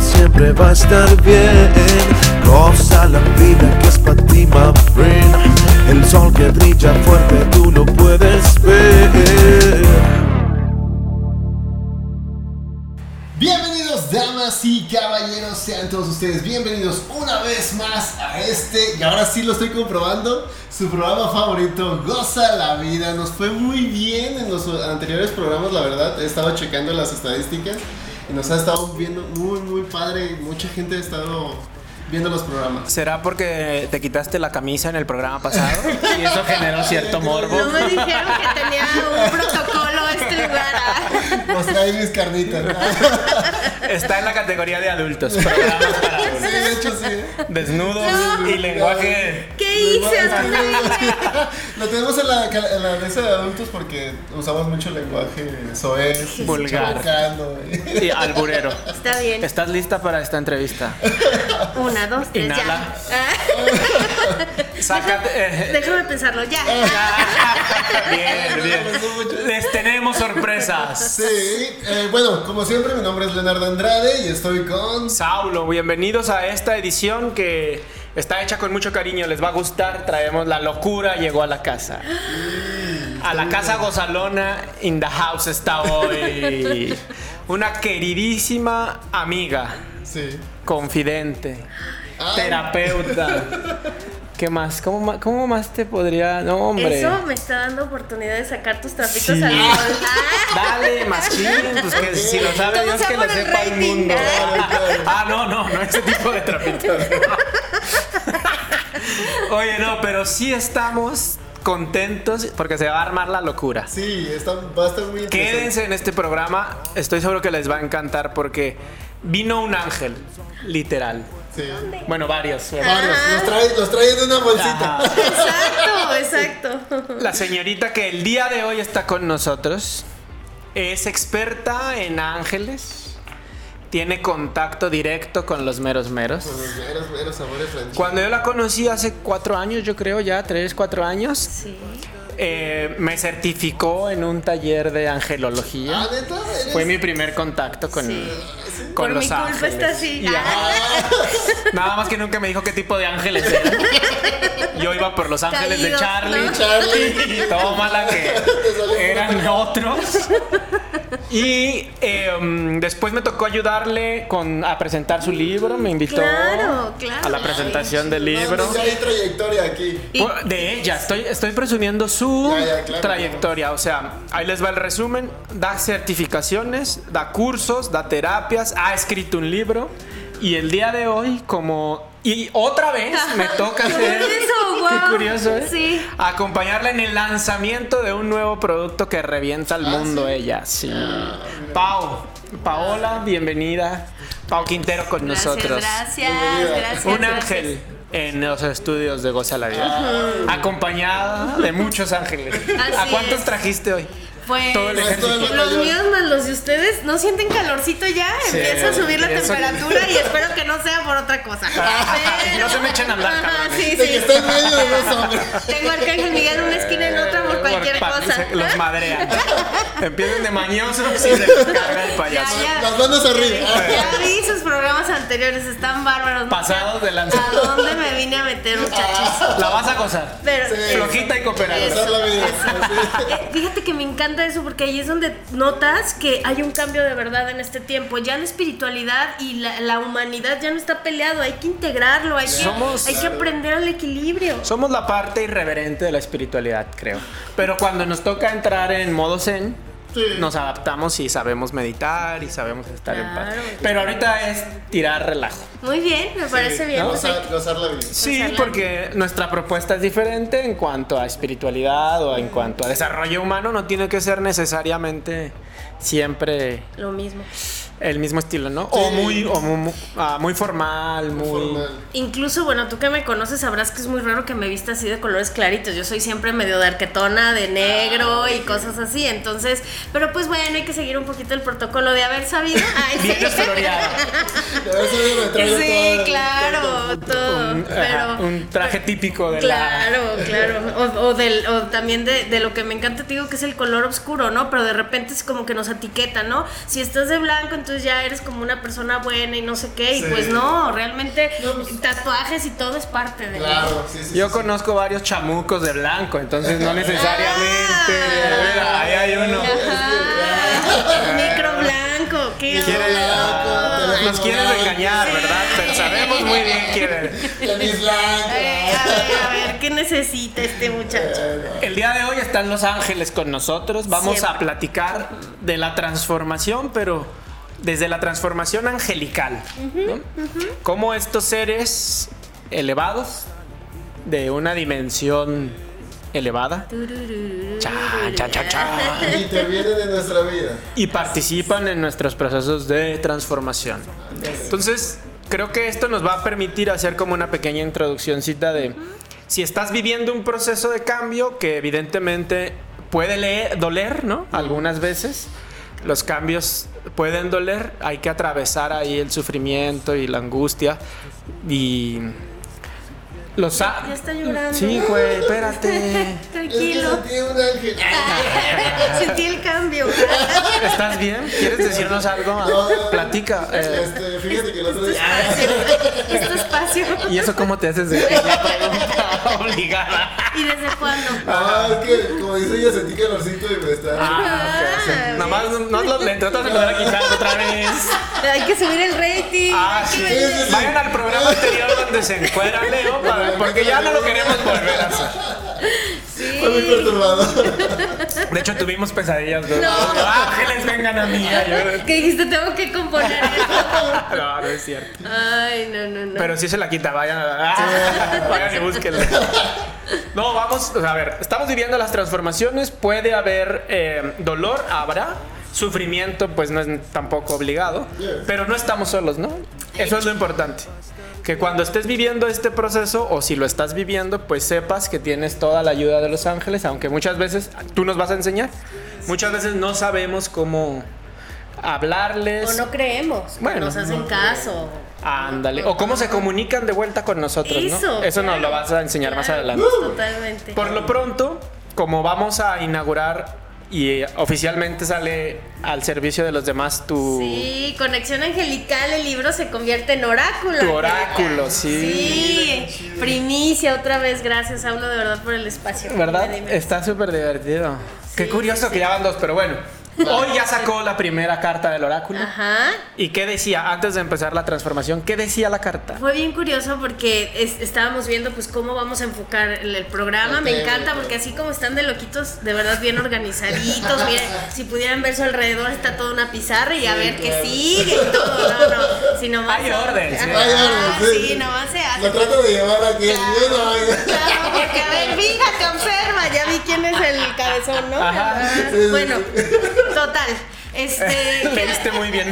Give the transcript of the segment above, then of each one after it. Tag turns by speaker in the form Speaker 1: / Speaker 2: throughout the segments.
Speaker 1: siempre va a estar bien. Goza la vida que es para ti, my friend. El sol que brilla fuerte, tú no puedes ver.
Speaker 2: Bienvenidos damas y caballeros, sean todos ustedes bienvenidos una vez más a este, y ahora sí lo estoy comprobando, su programa favorito, Goza la Vida. Nos fue muy bien en los anteriores programas, la verdad, he estado checando las estadísticas y nos ha estado viendo muy, muy padre, mucha gente ha estado viendo los programas.
Speaker 3: ¿Será porque te quitaste la camisa en el programa pasado? Y eso generó cierto morbo.
Speaker 4: No me dijeron que tenía un protocolo este lugar. ah.
Speaker 2: Los trae mis carnitas.
Speaker 3: Está en la categoría de adultos. Programas para
Speaker 2: Sí,
Speaker 3: adultos.
Speaker 2: de hecho sí. ¿eh?
Speaker 3: Desnudos
Speaker 4: No.
Speaker 3: y lenguaje.
Speaker 4: ¿Qué hice? ¿Dónde vive?
Speaker 2: Lo tenemos en la, en la mesa de adultos porque usamos mucho lenguaje soez,
Speaker 3: Vulgar.
Speaker 2: provocando, güey.
Speaker 3: Y alburero.
Speaker 4: Está bien.
Speaker 3: ¿Estás lista para esta entrevista?
Speaker 4: Una, dos, tres,
Speaker 3: Inhala.
Speaker 4: ya. Ah,
Speaker 3: Sácate. eh,
Speaker 4: déjame pensarlo, ya.
Speaker 3: Ah, bien, bien. Les tenemos sorpresas.
Speaker 2: Sí, eh, bueno, como siempre, mi nombre es Leonardo Andrade y estoy con.
Speaker 3: Saulo, bienvenidos a esta edición que está hecha con mucho cariño. Les va a gustar. Traemos la locura. Llegó a la casa. A la casa gozalona in the house está hoy. Una queridísima amiga.
Speaker 2: Sí.
Speaker 3: confidente,
Speaker 2: Ah.
Speaker 3: terapeuta. ¿Qué más? ¿Cómo, ma- cómo más te podría.? No, hombre.
Speaker 4: Eso me está dando oportunidad de sacar tus trapitos
Speaker 3: Sí.
Speaker 4: al sol. Ah,
Speaker 3: Dale, machín, pues que si lo sabe
Speaker 4: ¿Cómo
Speaker 3: Dios
Speaker 4: se
Speaker 3: que lo
Speaker 4: llama el
Speaker 3: sepa el
Speaker 4: rating?
Speaker 3: mundo.
Speaker 4: Ah.
Speaker 3: Ah, no, no, no ese tipo de trapitos. Oye, no, pero sí estamos contentos porque se va a armar la locura.
Speaker 2: Sí, está, va a estar muy interesante.
Speaker 3: Quédense en este programa, estoy seguro que les va a encantar porque vino un ángel, literal.
Speaker 2: Sí.
Speaker 3: Bueno, varios.
Speaker 2: Varios,
Speaker 4: Ah.
Speaker 2: los trae, los trae en una bolsita.
Speaker 3: Ajá.
Speaker 4: Exacto, exacto.
Speaker 3: La señorita que el día de hoy está con nosotros es experta en ángeles, tiene contacto directo con los meros meros.
Speaker 2: Con los meros, meros sabores rancheros.
Speaker 3: Cuando yo la conocí hace cuatro años, yo creo ya, tres, cuatro años,
Speaker 4: Sí.
Speaker 3: eh, me certificó en un taller de
Speaker 2: Ah,
Speaker 3: angelología.
Speaker 2: neta, eres.
Speaker 3: Fue mi primer contacto con,
Speaker 4: Sí.
Speaker 3: con
Speaker 4: Por
Speaker 3: los
Speaker 4: mi culpa
Speaker 3: ángeles.
Speaker 4: está así.
Speaker 3: Y, ajá,
Speaker 2: Ah,
Speaker 3: Nada más que nunca me dijo qué tipo de ángeles era. Yo iba por los ángeles de
Speaker 4: Caídos,
Speaker 3: Charlie.
Speaker 4: ¿no?
Speaker 2: Charlie.
Speaker 3: Y toma la que eran otros. Y em, después me tocó ayudarle con, a presentar su libro. Me invitó
Speaker 4: Claro, claro.
Speaker 3: a la presentación del libro.
Speaker 2: no, ya hay trayectoria aquí.
Speaker 4: Y-
Speaker 3: Por- Pues, de ella, estoy, estoy presumiendo su
Speaker 2: Ya, ya, claro,
Speaker 3: trayectoria. O sea, ahí les va el resumen. Da certificaciones, da cursos, da terapias, ha escrito un libro. Y el día de hoy, como... Y otra vez me toca
Speaker 4: Qué
Speaker 3: hacer...
Speaker 4: curioso,
Speaker 3: Qué
Speaker 4: guau.
Speaker 3: curioso, ¿eh?
Speaker 4: Sí.
Speaker 3: Acompañarla en el lanzamiento de un nuevo producto que revienta al
Speaker 2: Ah,
Speaker 3: mundo ella. Sí. Pau, Paola, bienvenida. Pau Quintero con
Speaker 4: Gracias,
Speaker 3: nosotros.
Speaker 4: Gracias, gracias.
Speaker 3: Un
Speaker 4: gracias.
Speaker 3: ángel en los estudios de Goza la Vida. Acompañada de muchos ángeles.
Speaker 4: Así
Speaker 3: ¿A cuántos
Speaker 4: es.
Speaker 3: trajiste hoy?
Speaker 4: Pues
Speaker 3: Todo el
Speaker 2: ejército.
Speaker 4: los míos más los de ustedes no sienten calorcito ya, empieza a subir la
Speaker 3: eso-
Speaker 4: temperatura y espero que no sea por otra cosa. Pero-
Speaker 3: No se me echen a andar,
Speaker 4: Ajá,
Speaker 3: cabrones.
Speaker 4: sí,
Speaker 2: De que
Speaker 4: sí.
Speaker 2: está en medio de dos hombres.
Speaker 4: Tengo a Arcángel Miguel en una esquina en otra por cualquier
Speaker 3: pa-
Speaker 4: cosa.
Speaker 3: se- Los madrean. Empiezan de mañosos y se les carga el payaso.
Speaker 4: Ya,
Speaker 2: Las manos arriba.
Speaker 4: Ya vi sus programas anteriores, están bárbaros.
Speaker 3: Pasados de lanza.
Speaker 4: ¿A dónde me vine a meter, muchachos?
Speaker 3: La vas a gozar.
Speaker 4: Pero
Speaker 2: Sí.
Speaker 3: Flojita y
Speaker 2: Esa
Speaker 3: cooperadora.
Speaker 2: es la vida.
Speaker 4: Eh, Fíjate que me encanta eso porque ahí es donde notas que hay un cambio de verdad en este tiempo. Ya la espiritualidad y la, la humanidad ya no está peleado, hay que integrarlo, hay que,
Speaker 3: Somos-
Speaker 4: hay que aprender al equilibrio.
Speaker 3: Somos la parte irreverente de la espiritualidad, creo. Pero cuando nos toca entrar en modo zen, nos adaptamos y sabemos meditar y sabemos estar en
Speaker 4: Claro.
Speaker 3: paz. Pero ahorita es tirar relajo.
Speaker 4: Muy bien, me parece bien. pues hay
Speaker 2: Gozar, gozar la vida.
Speaker 3: Sí,
Speaker 4: O sea, la-
Speaker 3: porque nuestra propuesta es diferente en cuanto a espiritualidad o en cuanto a desarrollo humano. No tiene que ser necesariamente siempre
Speaker 4: que- Lo mismo.
Speaker 3: el mismo estilo, ¿no? O muy, o mu- mu- ah, muy formal, muy...
Speaker 2: Formal.
Speaker 4: Incluso, bueno, tú que me conoces sabrás que es muy raro que me vista así de colores claritos. Yo soy siempre medio de arquetona, de
Speaker 3: Ah,
Speaker 4: negro y cosas así. Entonces, pero pues bueno, hay que seguir un poquito el protocolo de haber sabido. Ay, sí.
Speaker 3: Bien floreada.
Speaker 2: De haber sabido, me traigo todo
Speaker 4: Sí,
Speaker 2: el- todo el
Speaker 4: claro, todo, todo.
Speaker 3: un,
Speaker 4: pero,
Speaker 3: ajá, un traje típico de la...
Speaker 4: Claro, claro. O, o del, o también de, de lo que me encanta, te digo que es el color oscuro, ¿no? Pero de repente es como que nos etiqueta, ¿no? Si estás de blanco, entonces ya eres como una persona buena y no sé qué. Y
Speaker 2: Sí.
Speaker 4: pues no, realmente
Speaker 2: No, pues-
Speaker 4: tatuajes y todo es parte de
Speaker 2: Claro, sí, sí.
Speaker 3: Yo
Speaker 2: sí,
Speaker 3: conozco varios chamucos de blanco, entonces no necesariamente...
Speaker 4: Ah.
Speaker 3: Ahí hay uno.
Speaker 4: Ajá. Micro blanco, qué
Speaker 2: Quiere
Speaker 4: horror.
Speaker 2: blanco,
Speaker 4: Ay,
Speaker 3: Nos quieres engañar, ¿verdad? Pero sabemos muy bien quién eres.
Speaker 2: sí. La Miss Blanca.
Speaker 4: Eh, a ver, a ver, ¿qué necesita este muchacho?
Speaker 2: Eh,
Speaker 3: El día de hoy está en Los Ángeles con nosotros. Vamos
Speaker 4: Siempre.
Speaker 3: a platicar de la transformación, pero desde la transformación angelical. ¿no? Cómo estos seres elevados de una dimensión elevada Chan, chan, chan, chan.
Speaker 2: Intervienen en nuestra vida.
Speaker 3: y participan en nuestros procesos de transformación. Entonces, creo que esto nos va a permitir hacer como una pequeña introduccióncita de si estás viviendo un proceso de cambio que evidentemente puede leer- doler, ¿no? Algunas veces los cambios pueden doler, hay que atravesar ahí el sufrimiento y la angustia y los a-
Speaker 4: Ya está llorando.
Speaker 3: Sí, güey, espérate.
Speaker 4: Tranquilo.
Speaker 2: Es que sentí un ángel.
Speaker 4: Sentí el cambio.
Speaker 3: ¿Estás bien? ¿Quieres decirnos algo? Platica. eh,
Speaker 2: Este, fíjate que el otro día.
Speaker 4: Este espacio.
Speaker 3: ¿Y eso cómo te haces de la pregunta obligada?
Speaker 4: ¿Y desde cuándo?
Speaker 2: Ah, es que como dice ella, sentí calorcito y me está.
Speaker 4: Ah, bien.
Speaker 3: Nada más no, no los le tratas de volver a quitar otra vez.
Speaker 4: Hay que subir el rating.
Speaker 3: Ah,
Speaker 4: hay que
Speaker 3: sí.
Speaker 4: vender.
Speaker 2: sí.
Speaker 3: Vayan al programa anterior donde se encuentra Leo para- porque ya no lo queremos volver a hacer.
Speaker 4: Sí.
Speaker 2: Fue muy perturbador.
Speaker 3: De hecho, tuvimos pesadillas. ¿no?
Speaker 4: No.
Speaker 3: Ángeles, vengan a mí. Yo-
Speaker 4: Que dijiste, tengo que componer esto.
Speaker 3: No, no es cierto.
Speaker 4: Ay, no, no, no.
Speaker 3: Pero sí se la quita, vayan, a- vayan y búsquenla. No, vamos, o sea, a ver, estamos viviendo las transformaciones, puede haber eh, dolor, habrá, sufrimiento, pues no es tampoco obligado, pero no estamos solos, ¿no? Eso es lo importante. Que cuando estés viviendo este proceso, o si lo estás viviendo, pues sepas que tienes toda la ayuda de los ángeles, aunque muchas veces, tú nos vas a enseñar, muchas veces no sabemos cómo hablarles.
Speaker 4: o no creemos.
Speaker 3: Bueno,
Speaker 4: Bueno, nos hacen
Speaker 3: no.
Speaker 4: caso.
Speaker 3: Ándale. O cómo se comunican de vuelta con nosotros,
Speaker 4: Eso.
Speaker 3: ¿no? Eso nos
Speaker 4: claro.
Speaker 3: lo vas a enseñar más
Speaker 4: Claro,
Speaker 3: adelante.
Speaker 4: Totalmente.
Speaker 3: Por lo pronto, como vamos a inaugurar y eh, oficialmente sale al servicio de los demás tu...
Speaker 4: Sí, conexión angelical, el libro se convierte en oráculo.
Speaker 3: Tu oráculo, sí.
Speaker 4: Sí, primicia otra vez, gracias Saulo de verdad por el espacio.
Speaker 3: ¿Verdad?
Speaker 4: Dime, dime.
Speaker 3: Está súper divertido. Qué
Speaker 4: Sí,
Speaker 3: curioso
Speaker 4: sí,
Speaker 3: que ya van dos, pero bueno. Hoy ya sacó la primera carta del oráculo.
Speaker 4: Ajá.
Speaker 3: ¿Y qué decía antes de empezar la transformación? ¿Qué decía la carta?
Speaker 4: Fue bien curioso porque es- estábamos viendo pues cómo vamos a enfocar el, el programa.
Speaker 2: El
Speaker 4: Me
Speaker 2: tema,
Speaker 4: encanta
Speaker 2: el
Speaker 4: porque así como están de loquitos, de verdad bien organizaditos. Miren, si pudieran ver su alrededor está toda una pizarra y a ver
Speaker 2: claro.
Speaker 4: qué sigue y todo. No, no. Si nomás
Speaker 3: Hay
Speaker 4: no-
Speaker 3: orden, sí.
Speaker 4: Ajá,
Speaker 2: Ay, ahora,
Speaker 4: Ah, sí, nomás se hace.
Speaker 2: Lo trato de llevar aquí. Yo no, oiga.
Speaker 4: Claro, porque a ver, fíjate, observa, ya vi quién es el cabezón, ¿no?
Speaker 3: Ajá.
Speaker 4: Ah,
Speaker 2: Sí, sí,
Speaker 4: Bueno, total. Este,
Speaker 3: Leíste muy bien.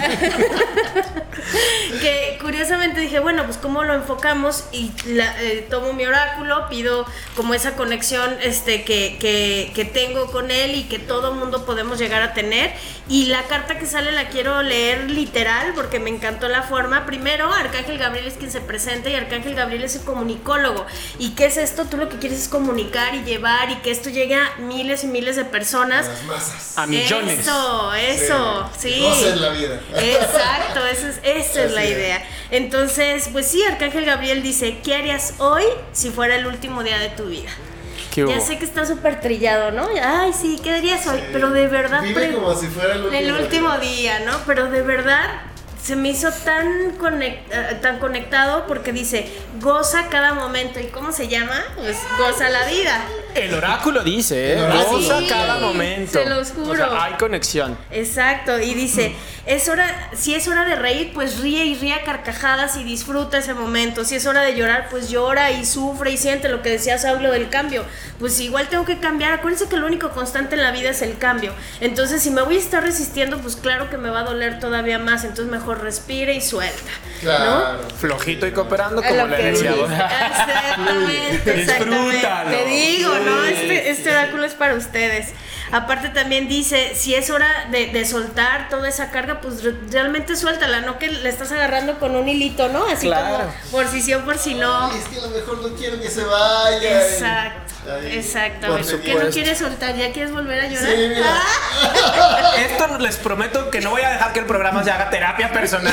Speaker 4: que curiosamente dije, bueno, pues cómo lo enfocamos y la- eh, tomo mi oráculo, pido como esa conexión este, que, que- que tengo con él y que todo mundo podemos llegar a tener. Y la carta que sale la quiero leer literal porque me encantó la forma. Primero, Arcángel Gabriel es quien se presenta y Arcángel Gabriel es el comunicólogo. ¿Y qué es esto? Tú lo que quieres es comunicar y llevar y que esto llegue a miles y miles de personas.
Speaker 2: Las masas.
Speaker 3: A millones.
Speaker 4: Eso,
Speaker 2: Eh,
Speaker 4: eso, sí. Eh,
Speaker 2: Gocen la vida.
Speaker 4: Exacto, esa es, esa es
Speaker 2: Así
Speaker 4: la
Speaker 2: es.
Speaker 4: idea. Entonces, pues sí, Arcángel Gabriel dice, ¿qué harías hoy si fuera el último día de tu vida?
Speaker 3: ¿Qué
Speaker 4: Ya
Speaker 2: oh.
Speaker 3: hubo?
Speaker 4: sé que está súper trillado, ¿no? Ay, sí, ¿qué harías hoy? Pero de verdad...
Speaker 2: Vive
Speaker 4: pre-
Speaker 2: como si fuera el último.
Speaker 4: el último día, ¿no? Pero de verdad se me hizo tan, conec- eh, tan conectado porque dice, goza cada momento. ¿Y cómo se llama? Pues goza la vida.
Speaker 3: El oráculo dice, ¿eh?
Speaker 2: El oráculo.
Speaker 3: Goza
Speaker 2: Sí,
Speaker 3: cada momento.
Speaker 4: Ah, se los juro.
Speaker 3: O sea, hay conexión.
Speaker 4: Exacto, y dice, es hora, si es hora de reír, pues ríe y ríe a carcajadas y disfruta ese momento. Si es hora de llorar, pues llora y sufre y siente lo que decía Saulo del cambio. Pues igual tengo que cambiar. Acuérdense que lo único constante en la vida es el cambio. Entonces, si me voy a estar resistiendo, pues claro que me va a doler todavía más. Entonces, mejor respire y suelta.
Speaker 2: Claro.
Speaker 3: Flojito y cooperando,
Speaker 4: A
Speaker 3: como
Speaker 4: lo
Speaker 3: le
Speaker 4: que
Speaker 3: decía.
Speaker 4: dices.
Speaker 3: vos.
Speaker 4: Exactamente, exactamente.
Speaker 3: Disfrútalo.
Speaker 4: Te digo, ¿no?
Speaker 3: Sí,
Speaker 4: Este, este oráculo es para ustedes. Aparte también dice, si es hora de, de soltar toda esa carga, pues re- realmente suéltala, no que le estás agarrando con un hilito, ¿no? Así
Speaker 3: Claro.
Speaker 4: como por si sí o por si no.
Speaker 2: Ay, es que a lo mejor no quiero que se vaya.
Speaker 4: Exacto,
Speaker 2: Ay,
Speaker 4: exactamente.
Speaker 3: por
Speaker 4: ¿Qué no
Speaker 3: supuesto.
Speaker 4: quieres soltar? ¿Ya quieres volver a llorar?
Speaker 2: Sí, mira.
Speaker 4: Ah.
Speaker 3: Esto les prometo que no voy a dejar que el programa se haga terapia personal.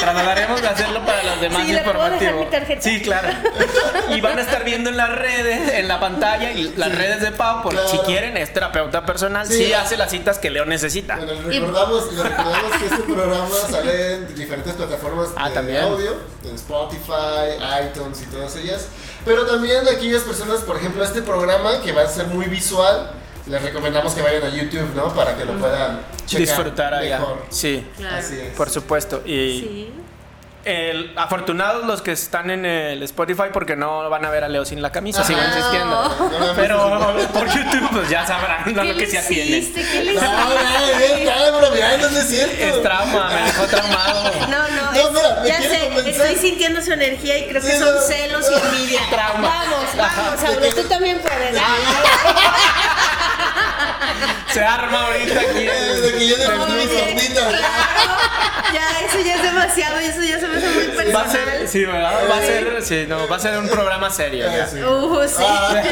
Speaker 3: Trataremos de hacerlo para los demás
Speaker 4: Sí, ¿le puedo
Speaker 3: informativo.
Speaker 4: dejar mi tarjeta?
Speaker 3: Sí, claro. Y van a estar viendo en las redes, en la pantalla y las redes de Pau, porque
Speaker 2: Claro.
Speaker 3: si quieren es terapeuta personal,
Speaker 2: Sí.
Speaker 3: sí, hace las citas que Leo necesita.
Speaker 2: Bueno, les recordamos, les recordamos que este programa sale en diferentes plataformas
Speaker 3: Ah,
Speaker 2: de
Speaker 3: también.
Speaker 2: audio, en Spotify, iTunes y todas ellas. Pero también aquellas personas, por ejemplo, este programa que va a ser muy visual, les recomendamos que vayan a YouTube, ¿no? Para que lo puedan checar
Speaker 3: Disfrutar allá.
Speaker 2: mejor.
Speaker 3: Sí,
Speaker 4: Mm. Claro.
Speaker 2: Así es.
Speaker 3: por supuesto. Y
Speaker 4: Sí.
Speaker 3: el- afortunados los que están en el Spotify porque no van a ver a Leo sin la camisa, sigo
Speaker 4: Ajá.
Speaker 3: insistiendo.
Speaker 2: No, no, no,
Speaker 3: Pero
Speaker 2: no.
Speaker 3: por YouTube pues ya sabrán lo
Speaker 4: ¿Qué
Speaker 3: que
Speaker 4: le
Speaker 3: se atiene.
Speaker 4: hiciste? ¿Qué le
Speaker 2: No, ya,
Speaker 4: hiciste?
Speaker 2: ya, ya, pero mira, no es cierto.
Speaker 3: Es trauma, me dejó traumado.
Speaker 4: No, no,
Speaker 2: No,
Speaker 4: es-
Speaker 2: mira, me
Speaker 4: ya
Speaker 2: quiero
Speaker 4: sé,
Speaker 2: convencer.
Speaker 4: estoy sintiendo su energía y creo que
Speaker 2: Sí,
Speaker 4: son
Speaker 2: no.
Speaker 4: celos y envidia.
Speaker 3: Trauma.
Speaker 4: Vamos, vamos, Saulo, tú también puedes.
Speaker 3: Se arma ahorita aquí.
Speaker 2: Desde que yo le
Speaker 4: No,
Speaker 2: puse mis
Speaker 4: oye,
Speaker 2: gorditas.
Speaker 4: claro, ya, eso ya es demasiado, eso ya se me hace muy personal.
Speaker 3: Va a ser, sí, ¿verdad? Va a ser, sí, no, va a ser un programa serio, ya.
Speaker 2: Sí.
Speaker 4: Uh, sí.
Speaker 2: Ah.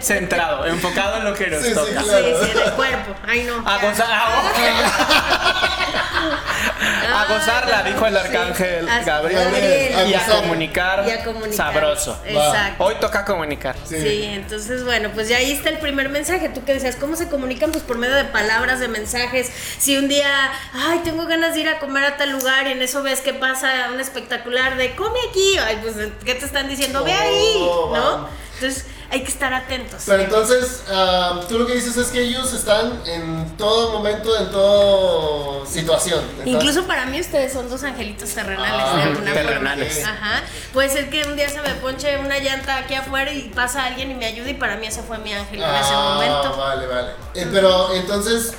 Speaker 3: centrado, enfocado en lo que nos
Speaker 2: Sí, sí,
Speaker 3: toca.
Speaker 4: Sí,
Speaker 2: claro.
Speaker 4: sí, en el cuerpo. Ay, no.
Speaker 3: A
Speaker 4: ya.
Speaker 3: gozar, ah, a, a gozarla, dijo el arcángel
Speaker 4: Ah, Sí, a-
Speaker 3: Gabriel,
Speaker 2: Gabriel, a
Speaker 3: y a
Speaker 2: gozar.
Speaker 3: comunicar,
Speaker 4: Y a comunicar.
Speaker 3: sabroso.
Speaker 4: Exacto.
Speaker 3: Hoy toca comunicar.
Speaker 2: Sí.
Speaker 4: Sí, entonces bueno, pues ya ahí está el primer mensaje. Tú que decías, ¿cómo se comunican? Pues por medio de palabras, de mensajes. Si un día, ay, tengo ganas de ir a comer a tal lugar y en eso ves que pasa un espectacular de come aquí, ay, pues ¿qué te están diciendo? Ve ahí,
Speaker 2: Oh, wow.
Speaker 4: ¿no? Entonces hay que estar atentos.
Speaker 2: Pero entonces, ah, tú lo que dices es que ellos están en todo momento, en toda situación. Entonces-
Speaker 4: Incluso para mí ustedes son dos angelitos terrenales
Speaker 2: Ah,
Speaker 4: de alguna
Speaker 3: terrenales.
Speaker 4: forma. Ajá. Puede ser que un día se me ponche una llanta aquí afuera y pasa alguien y me ayuda y para mí ese fue mi ángel en ese
Speaker 2: Ah,
Speaker 4: momento.
Speaker 2: Vale, vale. Eh, pero entonces,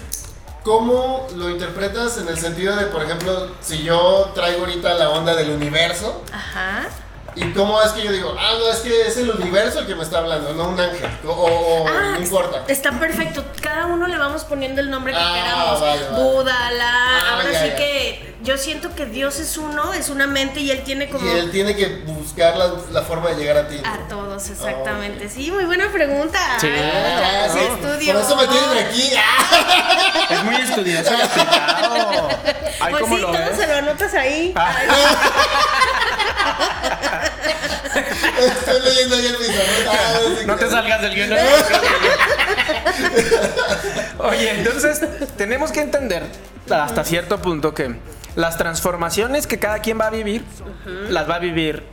Speaker 2: ¿cómo lo interpretas en el sentido de, por ejemplo, si yo traigo ahorita la onda del universo?
Speaker 4: Ajá.
Speaker 2: ¿Y cómo es que yo digo, ah, no, es que es el universo el que me está hablando, no un ángel? O, o- o
Speaker 4: Ah,
Speaker 2: no importa.
Speaker 4: Está perfecto. Cada uno le vamos poniendo el nombre que
Speaker 2: Ah,
Speaker 4: queramos.
Speaker 2: vale, vale.
Speaker 4: Buda, la.
Speaker 2: Ah,
Speaker 4: Ahora
Speaker 2: ya,
Speaker 4: sí
Speaker 2: ya.
Speaker 4: que yo siento que Dios es uno, es una mente y él tiene como. Ah,
Speaker 2: Y él tiene que buscar la, la forma de llegar a ti. ¿no?
Speaker 4: A todos, exactamente. Sí, muy buena pregunta.
Speaker 3: Sí.
Speaker 4: Ay,
Speaker 2: Ah,
Speaker 4: muchas
Speaker 2: sí,
Speaker 4: gracias, estudio.
Speaker 2: Por eso me tienen aquí. Ah.
Speaker 3: Es muy estudioso y aplicado. Ay,
Speaker 4: Pues
Speaker 3: ¿cómo
Speaker 4: sí,
Speaker 3: lo
Speaker 4: todo
Speaker 3: ves? Ah.
Speaker 4: se lo anotas ahí.
Speaker 2: Estoy leyendo ayer mis anotados.
Speaker 3: No te salgas del guión. Oye, entonces tenemos que entender hasta cierto punto que las transformaciones que cada quien va a vivir, las va a vivir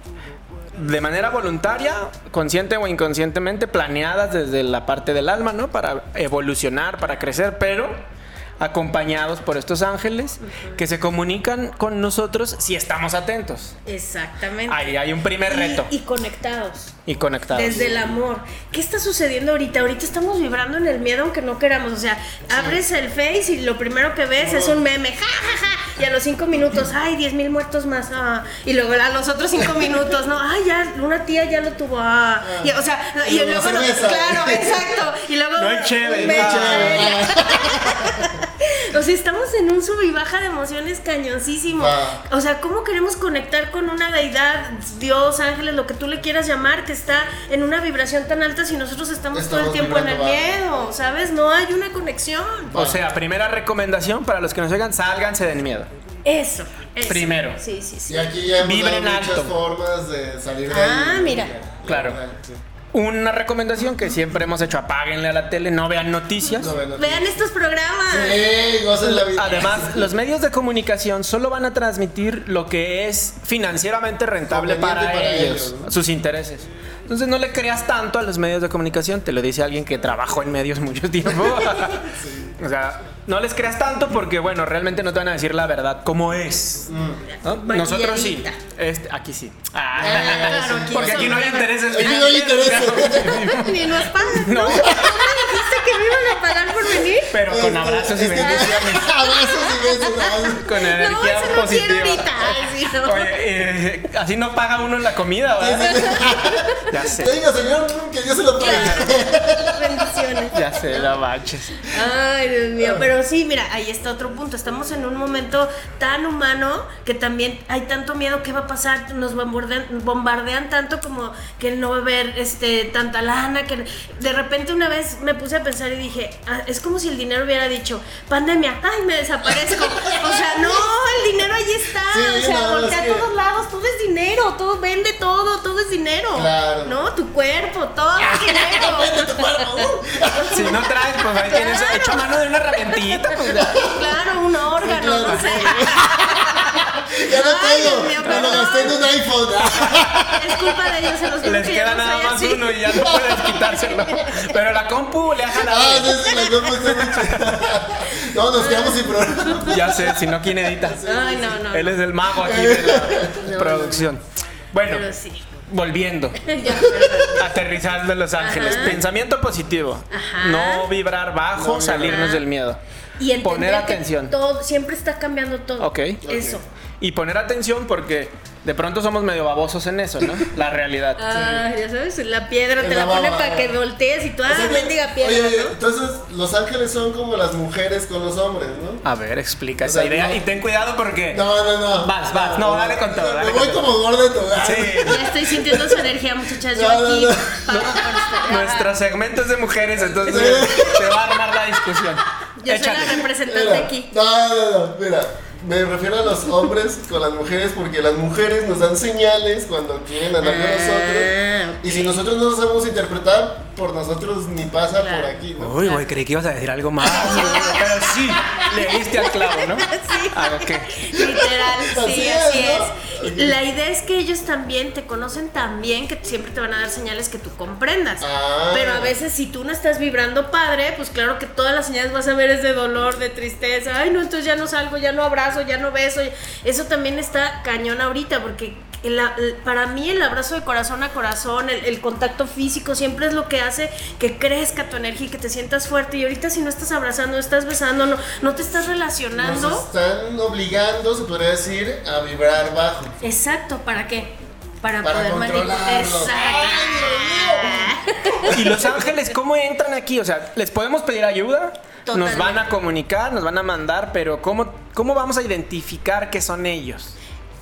Speaker 3: de manera voluntaria, consciente o inconscientemente, planeadas desde la parte del alma, ¿no? Para evolucionar, para crecer, pero acompañados por estos ángeles que se comunican con nosotros si estamos atentos.
Speaker 4: Exactamente.
Speaker 3: Ahí hay un primer
Speaker 4: Y-
Speaker 3: reto
Speaker 4: y conectados.
Speaker 3: y conectados.
Speaker 4: Desde el amor. ¿Qué está sucediendo ahorita? Ahorita estamos vibrando en el miedo aunque no queramos. O sea, abres el Face y lo primero que ves es un meme. Ja, ja, ja. Y a los cinco minutos, ay, diez mil muertos más. ah. Y luego a los otros cinco minutos, no, ay, ya, una tía ya lo tuvo. ah. Y, o sea, y,
Speaker 2: Y luego
Speaker 4: luego,
Speaker 2: la cerveza.
Speaker 4: claro, exacto. Y luego.
Speaker 3: No hay chévere,
Speaker 4: me-
Speaker 3: no hay
Speaker 4: O sea, estamos en un sub y baja de emociones cañoncísimo.
Speaker 2: Ah.
Speaker 4: O sea, ¿cómo queremos conectar con una deidad, Dios, ángeles, lo que tú le quieras llamar, que está en una vibración tan alta si nosotros estamos, todo
Speaker 2: Estamos
Speaker 4: el tiempo en el
Speaker 2: vibrando
Speaker 4: miedo? ¿Sabes? No hay una conexión.
Speaker 3: O sea, primera recomendación para los que nos oigan, sálganse del miedo.
Speaker 4: Eso, eso.
Speaker 3: Primero.
Speaker 4: Sí, sí, sí.
Speaker 2: Y aquí ya hemos dado
Speaker 3: Vibren
Speaker 2: muchas
Speaker 3: alto.
Speaker 2: formas de salir de
Speaker 4: Ah,
Speaker 2: ahí. Ah,
Speaker 4: mira.
Speaker 3: Claro. Una recomendación que siempre hemos hecho, apáguenle a la tele, no vean noticias.
Speaker 4: Vean estos programas.
Speaker 2: ¡Ey! Gocen la vida.
Speaker 3: Además, los medios de comunicación solo van a transmitir lo que es financieramente rentable para,
Speaker 2: Conveniente para
Speaker 3: ellos,
Speaker 2: ellos, ¿no?
Speaker 3: sus intereses. Entonces no le creas tanto a los medios de comunicación, te lo dice alguien que trabajó en medios mucho tiempo. O sea, no les creas tanto porque, bueno, realmente no te van a decir la verdad como es. ¿no? Nosotros sí. Este, aquí sí. Ah.
Speaker 4: Claro, aquí
Speaker 3: porque
Speaker 4: no
Speaker 3: aquí no hay
Speaker 4: sobra.
Speaker 3: intereses.
Speaker 2: Aquí no hay intereses.
Speaker 4: Ni nos pagan.
Speaker 3: No.
Speaker 4: ¿no? ¿No me dijiste que me iban a pagar por venir?
Speaker 3: Pero con abrazos y
Speaker 2: Es que-
Speaker 3: bendiciones.
Speaker 2: Este, Abrazos y besos. abrazos.
Speaker 3: Con energía
Speaker 4: este, no, eso no
Speaker 3: positiva.
Speaker 4: quiero ahorita. Ay, sí, no.
Speaker 3: Oye, eh, así no paga uno la comida, ¿verdad? ya sé.
Speaker 2: Venga, señor, que Dios se lo pague.
Speaker 4: Bendiciones. bendiciones.
Speaker 3: Ya sé, la manches.
Speaker 4: Ay, Dios
Speaker 2: Ah.
Speaker 4: mío. Pero sí, mira, ahí está otro punto. Estamos en un momento tan humano que también hay tanto miedo. ¿Qué va a pasar? Nos bombardean, bombardean tanto como que no va a haber este, tanta lana. Que... De repente una vez me puse a pensar y dije, "Ah, es como si el dinero hubiera dicho, pandemia, ay, me desaparezco. O sea, no, el dinero ahí está.
Speaker 2: Sí,
Speaker 4: o sea,
Speaker 2: nada más
Speaker 4: voltea a
Speaker 2: que-
Speaker 4: todos lados, todo es dinero, todo vende todo, todo es dinero.
Speaker 2: Claro.
Speaker 4: ¿No? Tu cuerpo, todo es dinero.
Speaker 3: Si no traes, pues ahí tienes
Speaker 4: Claro.
Speaker 3: hecho mano de una herramientita. pues, ya.
Speaker 4: Claro, un órgano,
Speaker 2: claro.
Speaker 4: no sé.
Speaker 2: Ya lo
Speaker 4: Ay, Dios
Speaker 2: tengo.
Speaker 4: mío,
Speaker 2: Me lo
Speaker 4: perdón.
Speaker 2: gasté en un iPhone.
Speaker 4: Es culpa de ellos, se los juro
Speaker 3: Les
Speaker 4: que yo
Speaker 3: queda
Speaker 4: no
Speaker 3: nada
Speaker 4: soy
Speaker 3: más
Speaker 4: así.
Speaker 3: uno y ya no puedes quitárselo. Pero la compu le ha
Speaker 2: Ah,
Speaker 3: jalado.
Speaker 2: sí, sí, la compu está muy chida. No, nos quedamos sin programa.
Speaker 3: Ya sé, si no, ¿quién edita?
Speaker 4: Ay, no, no.
Speaker 3: Él es el mago aquí de la
Speaker 4: No,
Speaker 3: producción. Bueno,
Speaker 4: Pero sí.
Speaker 3: volviendo.
Speaker 4: Ya, perdón.
Speaker 3: Aterrizando en Los Ángeles. Pensamiento positivo.
Speaker 4: Ajá.
Speaker 3: No vibrar bajo,
Speaker 2: No,
Speaker 3: salirnos
Speaker 4: ajá.
Speaker 3: del miedo.
Speaker 4: Y entender
Speaker 3: Poner
Speaker 4: que
Speaker 3: atención.
Speaker 4: todo- siempre está cambiando todo.
Speaker 3: Ok.
Speaker 4: Eso.
Speaker 3: Y poner atención porque de pronto somos medio babosos en eso, ¿no? La realidad.
Speaker 4: Ay, ya sabes, la piedra te
Speaker 2: En la
Speaker 4: la pone
Speaker 2: baba. ¿eh?
Speaker 4: para que voltees y tú, ah,
Speaker 2: O sea,
Speaker 4: mendiga
Speaker 2: oye,
Speaker 4: piedra,
Speaker 2: oye,
Speaker 4: ¿no?
Speaker 2: entonces los ángeles son como las mujeres con los hombres, ¿no?
Speaker 3: A ver, explica
Speaker 2: O sea,
Speaker 3: esa idea
Speaker 2: no-
Speaker 3: y ten cuidado porque.
Speaker 2: No, no, no.
Speaker 3: Vas, vas. No, dale con todo, dale
Speaker 2: Me
Speaker 3: con
Speaker 2: voy
Speaker 3: todo.
Speaker 2: como gordo de tu hogar.
Speaker 3: Sí.
Speaker 4: Ya estoy sintiendo su energía, muchachas. Yo
Speaker 2: No, no,
Speaker 4: aquí
Speaker 2: no.
Speaker 4: pago por estar.
Speaker 3: Nuestro segmento es de mujeres, entonces se va a armar la discusión.
Speaker 4: Yo soy la
Speaker 3: Échale.
Speaker 4: representante
Speaker 2: Mira,
Speaker 4: aquí.
Speaker 2: No, no, no, mira. Me refiero a los hombres con las mujeres porque las mujeres nos dan señales cuando quieren hablar con
Speaker 4: Ah,
Speaker 2: nosotros. Y si nosotros no nos hacemos interpretar, por nosotros ni pasa
Speaker 4: Claro.
Speaker 2: por aquí, ¿no?
Speaker 3: Uy, güey, creí que ibas a decir algo más. Pero sí, le diste al clavo, ¿no?
Speaker 4: Sí.
Speaker 3: Ah, ok.
Speaker 4: Literal,
Speaker 2: Así
Speaker 4: sí,
Speaker 2: es,
Speaker 4: así
Speaker 2: ¿no?
Speaker 4: es. La idea es que ellos también te conocen tan bien que siempre te van a dar señales que tú comprendas.
Speaker 2: Ah.
Speaker 4: Pero a veces si tú no estás vibrando padre, pues claro que todas las señales vas a ver es de dolor, de tristeza. Ay, no, entonces ya no salgo, ya no abrazo, ya no beso. Eso también está cañón ahorita porque el a- el- para mí el abrazo de corazón a corazón, el, el contacto físico siempre es lo que hace que crezca tu energía y que te sientas fuerte. Y ahorita si no estás abrazando, no estás besando, no, no te estás
Speaker 2: Nos
Speaker 4: relacionando.
Speaker 2: están obligando, se podría decir, a vibrar bajo.
Speaker 4: Exacto, ¿para qué? Para,
Speaker 2: Para
Speaker 4: poder manipular.
Speaker 2: controlarlo.
Speaker 4: Exacto.
Speaker 3: ¿Y Los Ángeles cómo entran aquí? O sea, ¿les podemos pedir ayuda? Nos
Speaker 4: Totalmente.
Speaker 3: van a comunicar, nos van a mandar, pero ¿cómo, cómo vamos a identificar que son ellos?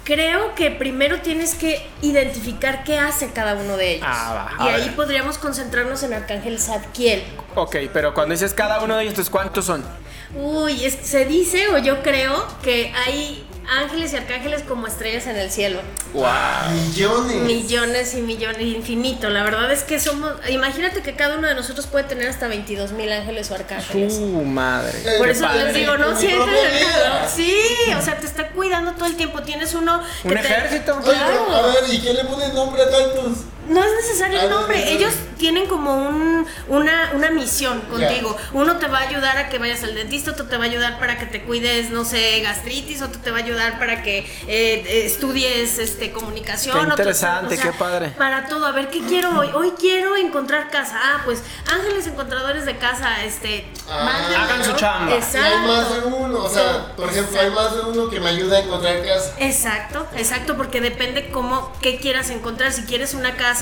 Speaker 4: Creo que primero tienes que identificar qué hace cada uno de ellos.
Speaker 3: Ah, va,
Speaker 4: y
Speaker 3: a
Speaker 4: ahí
Speaker 3: ver.
Speaker 4: podríamos concentrarnos en Arcángel Zadkiel.
Speaker 3: Ok, pero cuando dices cada uno de ellos, ¿entonces ¿cuántos son?
Speaker 4: Uy, es- se dice, o yo creo, que hay ángeles y arcángeles como estrellas en el cielo.
Speaker 2: Millones.
Speaker 4: Millones y millones, infinito. La verdad es que somos. Imagínate que cada uno de nosotros puede tener hasta 22 mil ángeles o arcángeles.
Speaker 3: ¡Uh, madre!
Speaker 2: Eh,
Speaker 4: Por
Speaker 2: qué
Speaker 4: eso
Speaker 2: padre.
Speaker 4: les digo,
Speaker 2: En
Speaker 4: no
Speaker 2: mi
Speaker 4: sientes
Speaker 2: propia
Speaker 4: el
Speaker 2: vida.
Speaker 4: calor. Sí, o sea, te está cuidando todo el tiempo. Tienes uno. que
Speaker 3: ¿Un
Speaker 4: te-
Speaker 3: ejército?
Speaker 2: Oye, pero,
Speaker 4: Claro.
Speaker 2: a ver, ¿y quién le pone nombre a tantos?
Speaker 4: No es necesario
Speaker 2: Ah,
Speaker 4: el
Speaker 2: no es
Speaker 4: nombre,
Speaker 2: necesario.
Speaker 4: ellos tienen como un, una, una misión contigo. Uno te va a ayudar a que vayas al dentista, otro te va a ayudar para que te cuides, no sé, gastritis, otro te va a ayudar para que eh, eh, estudies este, comunicación.
Speaker 3: Qué
Speaker 4: otro-
Speaker 3: interesante, qué padre.
Speaker 4: Para todo, a ver, ¿qué quiero hoy? Hoy quiero encontrar casa. Ah, pues ángeles encontradores de casa, este...
Speaker 2: Ah,
Speaker 4: mándenme,
Speaker 3: hagan su
Speaker 4: ¿no?
Speaker 3: chamba.
Speaker 2: Y hay más de
Speaker 4: Exacto.
Speaker 2: uno, o sea, por ejemplo, hay más de uno que me ayuda a encontrar casa.
Speaker 4: Exacto, exacto, porque depende cómo, qué quieras encontrar. Si quieres una casa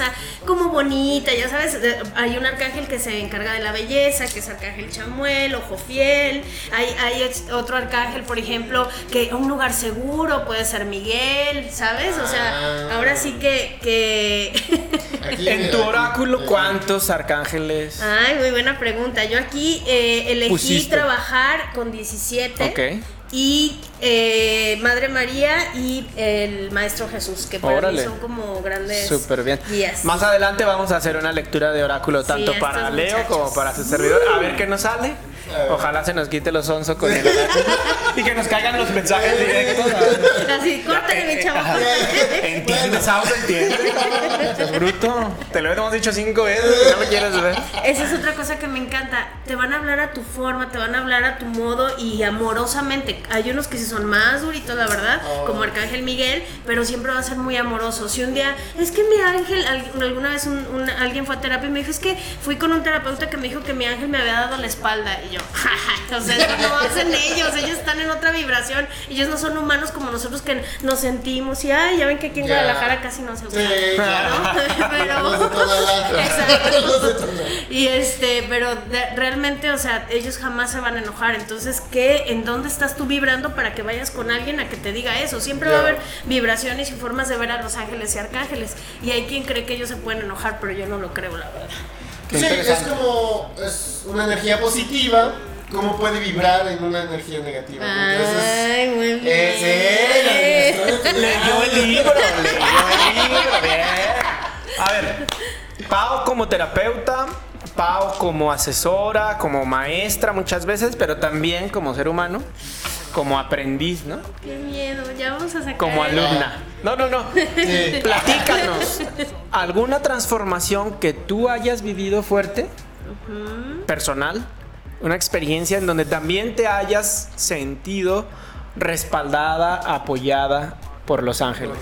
Speaker 4: como bonita, ya sabes, de- hay un arcángel que se encarga de la belleza, que es arcángel Chamuel, ojo fiel. Hay, hay ex- otro arcángel, por ejemplo, que un lugar seguro puede ser Miguel, ¿sabes? O sea,
Speaker 2: Ah.
Speaker 4: ahora sí que. que...
Speaker 2: Aquí,
Speaker 3: En
Speaker 2: mira, eh,
Speaker 3: tu
Speaker 2: aquí.
Speaker 3: oráculo, ¿cuántos arcángeles?
Speaker 4: Ay, muy buena pregunta. Yo aquí eh, elegí
Speaker 3: Pusiste.
Speaker 4: trabajar con 17.
Speaker 3: Ok.
Speaker 4: Y eh, Madre María y el Maestro Jesús, que para
Speaker 3: Órale.
Speaker 4: mí son como grandes
Speaker 3: Súper bien.
Speaker 4: guías.
Speaker 3: Más adelante vamos a hacer una lectura de oráculo
Speaker 4: Sí,
Speaker 3: tanto
Speaker 4: estos
Speaker 3: para Leo
Speaker 4: muchachos.
Speaker 3: como para su servidor. A ver qué nos sale. Ojalá se nos quite los onzo con el oráculo. y que nos caigan los mensajes directos.
Speaker 4: Así, córtale, mi chavo. córtale.
Speaker 3: ¿Entiendes, Saulo? ¿Entiendes? Es bruto. Te lo hemos dicho cinco veces y no me quieres ver.
Speaker 4: Esa es otra cosa que me encanta. Te van a hablar a tu forma, te van a hablar a tu modo y amorosamente. que hay unos que sí son más duritos, la verdad,
Speaker 2: Oh.
Speaker 4: como Arcángel Miguel, pero siempre va a ser muy amoroso. Si un día, es que mi ángel, al- alguna vez un- un- alguien fue a terapia y me dijo, es que fui con un terapeuta que me dijo que mi ángel me había dado la espalda. Y yo, jaja, o sea, eso no hacen ellos, ellos están en otra vibración, ellos no son humanos como nosotros que nos sentimos. Y ay, ya ven que aquí en
Speaker 2: Ya.
Speaker 4: Guadalajara casi no se usa.
Speaker 2: Sí, claro.
Speaker 4: ¿no? pero.
Speaker 2: Los de toda la-
Speaker 4: Exacto.
Speaker 2: Los de toda la-
Speaker 4: Y este, pero de- realmente, o sea, ellos jamás se van a enojar. Entonces, ¿qué? ¿En dónde estás tú vibrando para que vayas con alguien a que te diga eso? Siempre va a haber vibraciones y formas de ver a los ángeles y arcángeles. Y hay quien cree que ellos se pueden enojar, pero yo no lo creo, la verdad.
Speaker 3: Qué
Speaker 2: sí, es
Speaker 3: interesante.
Speaker 2: como es una energía positiva, ¿cómo puede vibrar en una energía negativa? Entonces,
Speaker 4: muy
Speaker 2: es él, el
Speaker 3: Leyó el libro, leyó el libro, bien. A ver, Pau como terapeuta, Pau como asesora, como maestra muchas veces, pero también como ser humano, como aprendiz, ¿no?
Speaker 4: Qué miedo, ya vamos a sacar.
Speaker 3: Como
Speaker 4: el-
Speaker 3: alumna. No, no, no.
Speaker 2: Sí.
Speaker 3: Platícanos. ¿Alguna transformación que tú hayas vivido fuerte? Personal. Una experiencia en donde también te hayas sentido respaldada, apoyada por Los Ángeles.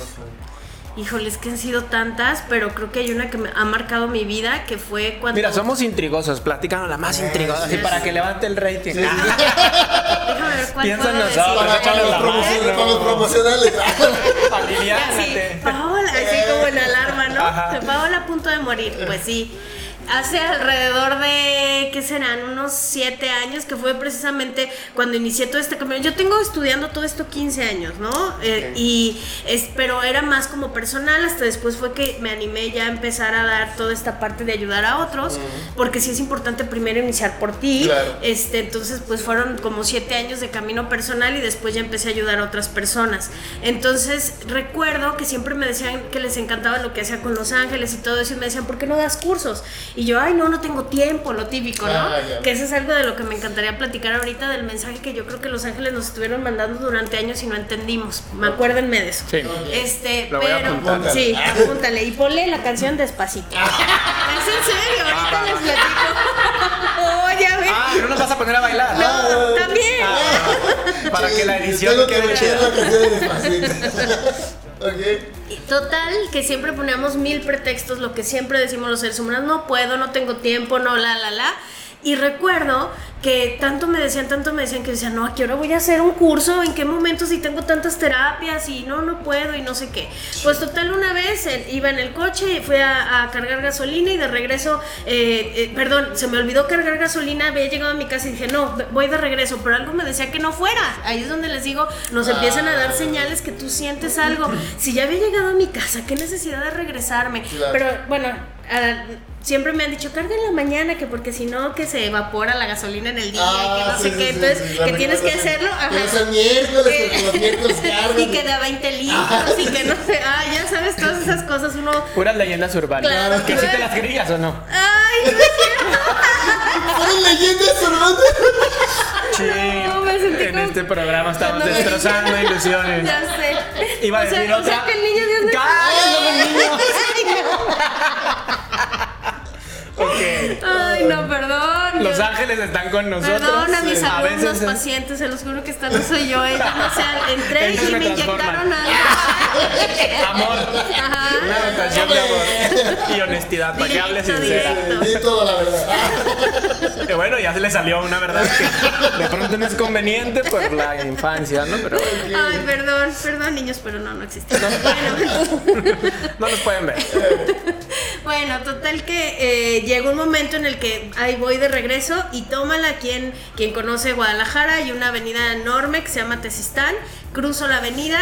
Speaker 4: Híjole, es que han sido tantas, pero creo que hay una que me ha marcado mi vida, que fue cuando...
Speaker 3: Mira, somos intrigosos, platícanos la más intrigosa, así
Speaker 2: sí,
Speaker 3: para
Speaker 2: sí.
Speaker 3: que levante el rating.
Speaker 2: Sí, sí, sí.
Speaker 4: Déjame ver cuál
Speaker 3: Piensa en
Speaker 4: puedo
Speaker 3: nosotros,
Speaker 2: Para,
Speaker 4: decir.
Speaker 2: para los promocionales,
Speaker 3: Pues la mano.
Speaker 2: para los promocionales.
Speaker 4: Así,
Speaker 3: Aliviánate.
Speaker 4: Paola, así como en alarma, ¿no?
Speaker 3: Ajá.
Speaker 4: Paola a punto de morir, pues sí. Hace alrededor de, ¿qué serán? Unos siete años, que fue precisamente cuando inicié todo este camino. Yo tengo estudiando todo esto 15 años, ¿no? Eh, y es- pero era más como personal, hasta después fue que me animé ya a empezar a dar toda esta parte de ayudar a otros, porque sí es importante primero iniciar por ti,
Speaker 2: Claro.
Speaker 4: este, entonces, pues fueron como siete años de camino personal y después ya empecé a ayudar a otras personas. Entonces, recuerdo que siempre me decían que les encantaba lo que hacía con Los Ángeles y todo eso, y me decían, ¿por qué no das cursos? Y yo, ay, no, no tengo tiempo, lo típico, ¿no?
Speaker 2: Ah, ya.
Speaker 4: Que eso es algo de lo que me encantaría platicar ahorita, del mensaje que yo creo que Los Ángeles nos estuvieron mandando durante años y no entendimos. Me acuérdenme de eso.
Speaker 3: Sí.
Speaker 4: Este,
Speaker 3: Lo voy a
Speaker 4: pero.
Speaker 3: apuntar.
Speaker 4: Sí, apúntale. Y ponle la canción despacito.
Speaker 2: Ah.
Speaker 4: es en serio, ahorita les platico. Oh, Oye, a ver.
Speaker 3: Ah, no nos vas a poner a bailar.
Speaker 4: No, también.
Speaker 2: ah.
Speaker 3: Para que la edición
Speaker 2: Tengo
Speaker 3: quede
Speaker 2: que
Speaker 3: chida.
Speaker 2: la canción de Despacito. Ok.
Speaker 4: Y Total, que siempre poníamos mil pretextos, lo que siempre decimos los seres humanos, no puedo, no tengo tiempo, no, la, la, la. Y recuerdo que tanto me decían, tanto me decían que decían, no, ¿a qué hora voy a hacer un curso? ¿En qué momento? Si tengo tantas terapias y no, no puedo y no sé qué. Pues total, una vez eh, iba en el coche y fui a, a cargar gasolina y de regreso, eh, eh, perdón, se me olvidó cargar gasolina, había llegado a mi casa y dije, no, voy de regreso, pero algo me decía que no fuera. Ahí es donde les digo, nos empiezan a dar señales que tú sientes algo. Si ya había llegado a mi casa, qué necesidad de regresarme.
Speaker 2: Claro.
Speaker 4: Pero bueno, ah, siempre me han dicho, carga en la mañana, que porque si no, que se evapora la gasolina en el día y que
Speaker 2: Ah,
Speaker 4: no
Speaker 2: sí,
Speaker 4: sé
Speaker 2: sí,
Speaker 4: qué.
Speaker 2: sí,
Speaker 4: Entonces,
Speaker 2: sí, la
Speaker 4: que tienes que
Speaker 2: recomendación.
Speaker 4: hacerlo. ajá.
Speaker 2: Que no sea miércoles, porque los miércoles cargan.
Speaker 4: y que da 20 litros y que no sé, ah, ya sabes, todas esas cosas uno...
Speaker 3: Puras leyendas urbanas.
Speaker 4: Claro.
Speaker 3: Que si te las grillas o no.
Speaker 4: ¡Ay, no es cierto!
Speaker 2: ¡Ay, leyendas urbanas!
Speaker 3: Sí.
Speaker 4: No, me sentí
Speaker 3: en
Speaker 4: como-
Speaker 3: este programa estamos
Speaker 4: No me-
Speaker 3: destrozando ilusiones.
Speaker 4: Ya sé.
Speaker 3: Iba a
Speaker 4: O sea-
Speaker 3: decir
Speaker 4: o sea
Speaker 3: otra.
Speaker 4: que el niño Dios me-
Speaker 3: ¡Cállate, niño! Ok.
Speaker 4: Ay, no, perdón.
Speaker 3: Los
Speaker 4: Yo-
Speaker 3: ángeles están con nosotros.
Speaker 4: Perdón a mis
Speaker 3: Sí. A
Speaker 4: alumnos,
Speaker 3: veces es-
Speaker 4: pacientes, se los juro que esta no soy yo, ella no sé, entré
Speaker 3: Ellos
Speaker 4: y
Speaker 3: me
Speaker 4: me inyectaron
Speaker 3: transforman.
Speaker 4: algo.
Speaker 3: Amor.
Speaker 4: Ajá.
Speaker 3: Una dotación de amor. Y honestidad, para que hable
Speaker 4: Directo,
Speaker 3: sincera.
Speaker 4: directo.
Speaker 2: Di toda la verdad.
Speaker 3: Y bueno, ya se le salió una verdad que de pronto no es conveniente por la infancia, ¿no? Pero
Speaker 4: Ay, perdón, perdón niños, pero no, no existe. Bueno,
Speaker 3: no los pueden ver.
Speaker 4: Bueno, total que eh, llegó un momento en el que ahí voy de regreso y tómala quien, quien conoce Guadalajara, hay una avenida enorme que se llama Tesistán, cruzo la avenida,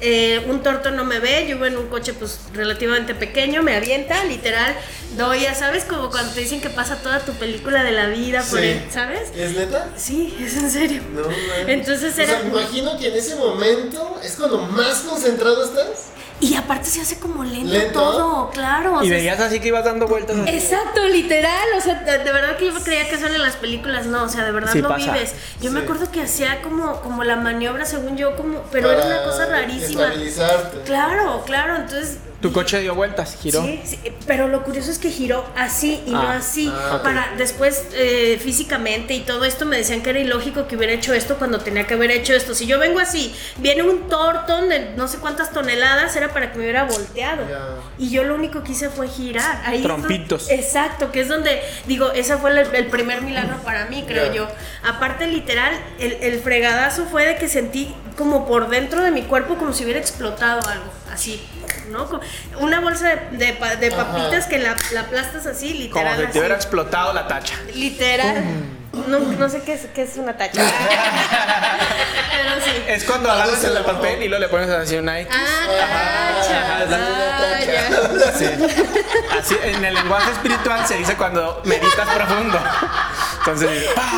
Speaker 4: eh, un torto no me ve, yo iba en un coche pues relativamente pequeño, me avienta, literal, doy, ya sabes, como cuando te dicen que pasa toda tu película de la vida por
Speaker 2: Sí.
Speaker 4: él, ¿sabes?
Speaker 2: ¿Es neta?
Speaker 4: Sí, es en serio.
Speaker 2: No, man.
Speaker 4: Entonces
Speaker 2: O sea,
Speaker 4: era...
Speaker 2: me imagino que en ese momento es cuando más concentrado estás.
Speaker 4: Y aparte se hace como lento,
Speaker 2: ¿Lento?
Speaker 4: todo, claro. o
Speaker 3: Y
Speaker 4: sea,
Speaker 3: veías así que ibas dando vueltas. así.
Speaker 4: Exacto, literal. O sea, de de verdad que yo creía que son en las películas, no, o sea, de verdad
Speaker 3: Sí
Speaker 4: no
Speaker 3: pasa.
Speaker 4: vives. Yo me
Speaker 2: Sí.
Speaker 4: acuerdo que hacía como, como la maniobra, según yo, como, pero era una
Speaker 2: Para
Speaker 4: cosa rarísima.
Speaker 2: Estabilizarte.
Speaker 4: Claro, claro, entonces.
Speaker 3: Tu coche dio vueltas, giró.
Speaker 4: Sí, sí, pero lo curioso es que giró así y no
Speaker 3: Ah,
Speaker 4: así.
Speaker 2: ah, ok.
Speaker 4: Para después eh, físicamente y todo esto me decían que era ilógico que hubiera hecho esto cuando tenía que haber hecho esto. Si yo vengo así, viene un tortón de no sé cuántas toneladas, era para que me hubiera volteado.
Speaker 2: Ya.
Speaker 4: Y yo lo único que hice fue girar. Ahí es
Speaker 3: Trompitos.
Speaker 4: donde- exacto, que es donde digo, esa fue el, el primer milagro para mí, creo
Speaker 2: Ya.
Speaker 4: yo. Aparte, literal, el, el fregadazo fue de que sentí como por dentro de mi cuerpo como si hubiera explotado algo, así. ¿no? Co- Una bolsa de, de pa- de
Speaker 2: Ajá.
Speaker 4: papitas que la, la aplastas así,
Speaker 3: Como
Speaker 4: literal.
Speaker 3: si
Speaker 4: así.
Speaker 3: te hubiera explotado la tacha.
Speaker 4: Literal. No, no sé qué es, qué es una tacha. Pero sí.
Speaker 3: Es cuando
Speaker 2: Cuando
Speaker 3: agarras
Speaker 2: se la
Speaker 3: el
Speaker 2: bajó.
Speaker 3: papel y luego le pones así una X.
Speaker 4: Ah, tacha.
Speaker 3: la-
Speaker 4: Ah, ya.
Speaker 3: Sí. Así, en el lenguaje espiritual se dice cuando meditas profundo. Entonces, ¡pa!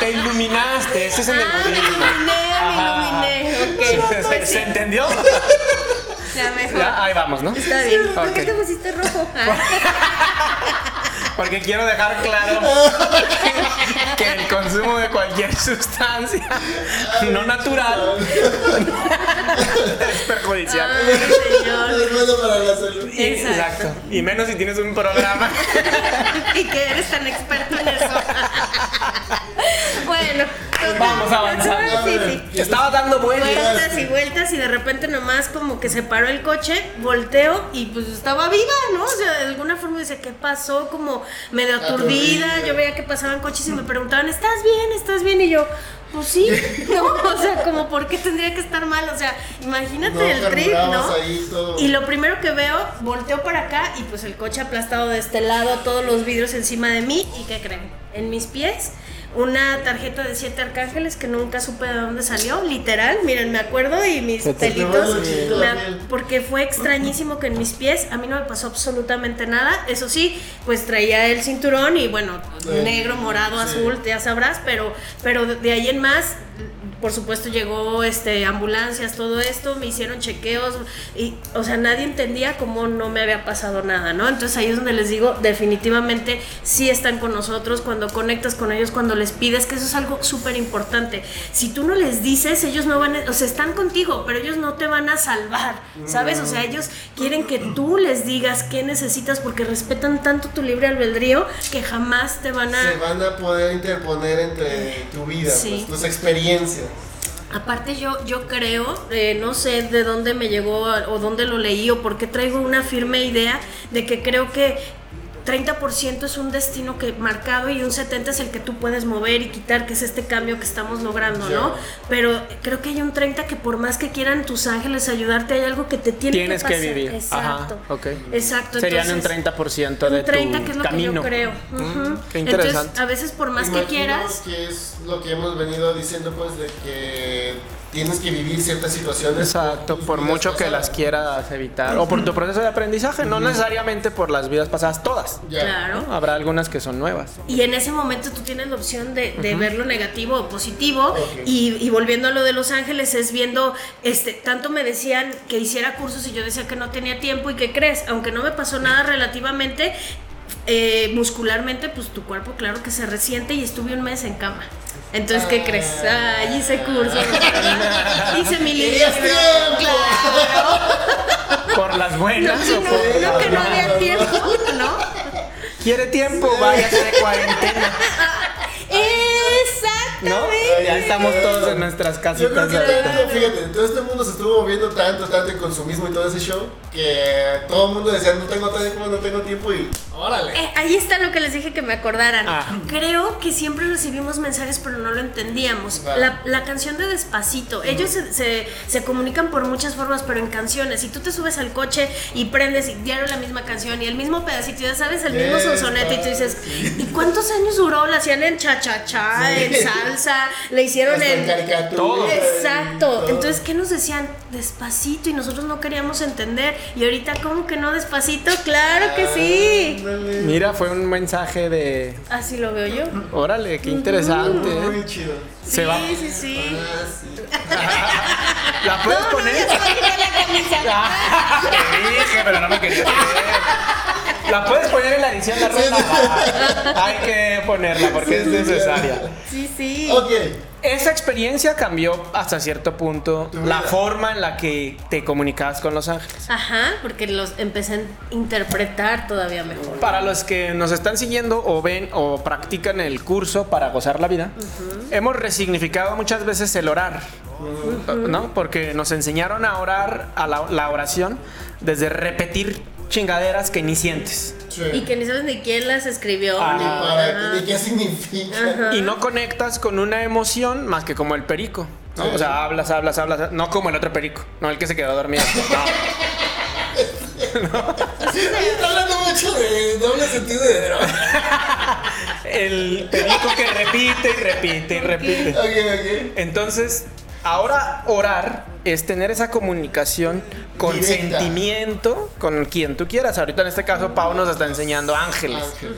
Speaker 3: te iluminaste. Ese es el
Speaker 4: Ah, pues me
Speaker 3: budismo. Ajá.
Speaker 4: iluminé, me iluminé. Ok,
Speaker 3: ¿Se- ¿Se, se entendió?
Speaker 4: ya mejor.
Speaker 3: Ya, ahí vamos, ¿no?
Speaker 4: Está bien.
Speaker 3: ¿por qué Ok. te
Speaker 4: pusiste rojo?
Speaker 3: Porque quiero dejar claro que el consumo de cualquier sustancia no natural es perjudicial.
Speaker 2: No es
Speaker 4: señor.
Speaker 2: bueno para la salud.
Speaker 3: Y-
Speaker 4: exacto.
Speaker 3: Y menos si tienes un programa.
Speaker 4: Y que eres tan experto en eso. bueno. total,
Speaker 3: Vamos avanzando.
Speaker 4: Sí, sí.
Speaker 3: Estaba dando vueltas.
Speaker 4: Vueltas y vueltas y de repente nomás como que se paró el coche, volteo y pues estaba viva, ¿no? O sea, de alguna forma dice, ¿qué pasó? Como medio aturdida,
Speaker 2: Aturdida.
Speaker 4: yo veía que pasaban coches y me preguntaban, ¿estás bien? ¿Estás bien? Y yo, pues sí, ¿no? O sea, como por qué tendría que estar mal, o sea, imagínate
Speaker 2: No
Speaker 4: el trip,
Speaker 2: carburabas
Speaker 4: ¿no?
Speaker 2: ahí todo.
Speaker 4: Y lo primero que veo, volteo para acá y pues el coche aplastado de este lado, todos los vidrios encima de mí y ¿qué creen? En mis pies, una tarjeta de siete arcángeles que nunca supe de dónde salió, literal, miren, me acuerdo y mis
Speaker 3: Se te
Speaker 4: pelitos,
Speaker 2: fue el ochito
Speaker 4: me-
Speaker 2: también.
Speaker 4: porque fue extrañísimo que en mis pies a mí no me pasó absolutamente nada, eso sí, pues traía el cinturón y bueno,
Speaker 2: Sí.
Speaker 4: negro, morado,
Speaker 2: Sí.
Speaker 4: azul, ya sabrás, pero, pero de ahí en más, por supuesto llegó este ambulancias, todo esto, me hicieron chequeos y, o sea, nadie entendía cómo no me había pasado nada, ¿no? Entonces ahí es donde les digo, definitivamente sí están con nosotros cuando conectas con ellos, cuando les pides, que eso es algo súper importante. Si tú no les dices, ellos no van, a- o sea, están contigo, pero ellos no te van a salvar, ¿sabes? O sea, ellos quieren que tú les digas qué necesitas porque respetan tanto tu libre albedrío que jamás te van a
Speaker 2: Se van a poder interponer entre tu vida,
Speaker 4: Sí.
Speaker 2: pues, tus experiencias.
Speaker 4: Aparte yo, yo creo, eh, no sé de dónde me llegó a- o dónde lo leí o por qué traigo una firme idea de que creo que 30% es un destino que marcado y un 70 es el que tú puedes mover y quitar, que es este cambio que estamos logrando,
Speaker 2: Ya.
Speaker 4: ¿no? Pero creo que hay un 30 que por más que quieran tus ángeles ayudarte, hay algo que te tiene
Speaker 3: Tienes
Speaker 4: que
Speaker 3: que
Speaker 4: pasar.
Speaker 3: vivir.
Speaker 4: Exacto.
Speaker 3: Ajá, ok.
Speaker 4: Exacto.
Speaker 3: Serían un
Speaker 4: entonces-
Speaker 3: 30% de
Speaker 4: un 30
Speaker 3: tu
Speaker 4: que es lo
Speaker 3: camino.
Speaker 4: que yo creo.
Speaker 3: Mm,
Speaker 4: Ujú.
Speaker 3: qué
Speaker 4: Entonces,
Speaker 3: interesante.
Speaker 4: a veces por más que
Speaker 2: Imagino
Speaker 4: quieras,
Speaker 2: que es lo que hemos venido diciendo, pues, de que tienes que vivir ciertas situaciones.
Speaker 3: Exacto,
Speaker 2: tus
Speaker 3: por
Speaker 2: vidas
Speaker 3: mucho que
Speaker 2: pasadas.
Speaker 3: las quieras evitar. O por tu proceso de aprendizaje, no necesariamente por las vidas pasadas todas.
Speaker 2: Ya.
Speaker 4: claro.
Speaker 3: ¿no? Habrá algunas que son nuevas.
Speaker 4: Y en ese momento tú tienes la opción de, de ver lo negativo o positivo.
Speaker 2: Ok.
Speaker 4: Y, y volviendo a lo de Los Ángeles, es viendo, este, tanto me decían que hiciera cursos y yo decía que no tenía tiempo y que crees, aunque no me pasó nada relativamente, eh, muscularmente, pues tu cuerpo claro que se resiente y estuve un mes en cama. Entonces, ¿qué crees? Ay, hice curso. hice mi libro.
Speaker 2: ¡Tenías tiempo!
Speaker 3: Por las
Speaker 4: No,
Speaker 3: buenas
Speaker 4: no,
Speaker 3: o por.
Speaker 4: no, que no había tiempo, ¿no?
Speaker 3: ¿Quiere tiempo? Váyase de cuarentena. ¿No?
Speaker 4: Exactamente.
Speaker 3: Ya estamos todos en nuestras
Speaker 2: Yo creo
Speaker 3: casitas
Speaker 2: que
Speaker 3: ahorita.
Speaker 2: tanto, fíjate, todo este mundo se estuvo moviendo tanto, tanto en consumismo y todo ese show, que todo el mundo decía, no tengo tiempo, no tengo tiempo, y órale.
Speaker 4: Eh, ahí está lo que les dije que me acordaran.
Speaker 3: Ah.
Speaker 4: Creo que siempre recibimos mensajes pero no lo entendíamos.
Speaker 2: Vale.
Speaker 4: La, la canción de Despacito, ellos se, se- se comunican por muchas formas pero en canciones. Si tú te subes al coche y prendes y diario la misma canción y el mismo pedacito, ya sabes, el mismo sonsonete y tú dices, ¿y cuántos años duró? La hacían en cha-cha-cha,
Speaker 2: Sí.
Speaker 4: en salsa, le hicieron
Speaker 2: Hasta en
Speaker 4: en...
Speaker 2: caricatura.
Speaker 3: Todo.
Speaker 4: Exacto.
Speaker 2: Todo.
Speaker 4: Entonces, ¿qué nos decían? Despacito y nosotros no queríamos entender. Y ahorita, ¿cómo que no despacito? Claro
Speaker 2: Ah,
Speaker 4: que sí.
Speaker 2: Ándale.
Speaker 3: Mira, fue un mensaje de.
Speaker 4: Así lo veo yo.
Speaker 3: Órale, qué interesante. ¿eh?
Speaker 2: Muy chido.
Speaker 3: Se va.
Speaker 4: Sí, sí, sí.
Speaker 2: Ah, sí.
Speaker 3: ¿La puedes
Speaker 4: no,
Speaker 3: poner?
Speaker 4: no, ya te voy a quitar la camisa.
Speaker 3: Ah, te dije, pero no me quería creer. La puedes poner en la edición de
Speaker 2: Sí,
Speaker 3: Roma. Hay que ponerla porque es
Speaker 2: Sí, sí, sí.
Speaker 3: necesaria.
Speaker 4: Sí, sí.
Speaker 2: Ok.
Speaker 3: Esa experiencia cambió hasta cierto punto
Speaker 2: Tu
Speaker 3: la
Speaker 2: vida.
Speaker 3: forma en la que te comunicabas con Los Ángeles.
Speaker 4: Ajá, porque los empecé a interpretar todavía mejor.
Speaker 3: Para los que nos están siguiendo o ven o practican el curso para gozar la vida, hemos resignificado muchas veces el orar, ¿no? Porque nos enseñaron a orar, a la, la oración, desde repetir chingaderas que ni sientes.
Speaker 2: Sí.
Speaker 4: Y que ni sabes ni quién las escribió.
Speaker 3: Ah,
Speaker 4: ni-
Speaker 2: Ni para
Speaker 4: ajá.
Speaker 2: qué, ni qué significa.
Speaker 3: Y no conectas con una emoción más que como el perico. ¿no?
Speaker 2: Sí.
Speaker 3: O sea, hablas, hablas, hablas, no como el otro perico, no el que se quedó dormido. No.
Speaker 2: Oye, está hablando mucho de doble sentido de droga.
Speaker 3: El perico que repite y repite y repite.
Speaker 2: Ok, ok.
Speaker 3: Entonces, ahora orar es tener esa comunicación con
Speaker 2: Directa.
Speaker 3: sentimiento con quien tú quieras. Ahorita en este caso, Pau nos está enseñando ángeles.
Speaker 2: Ángel.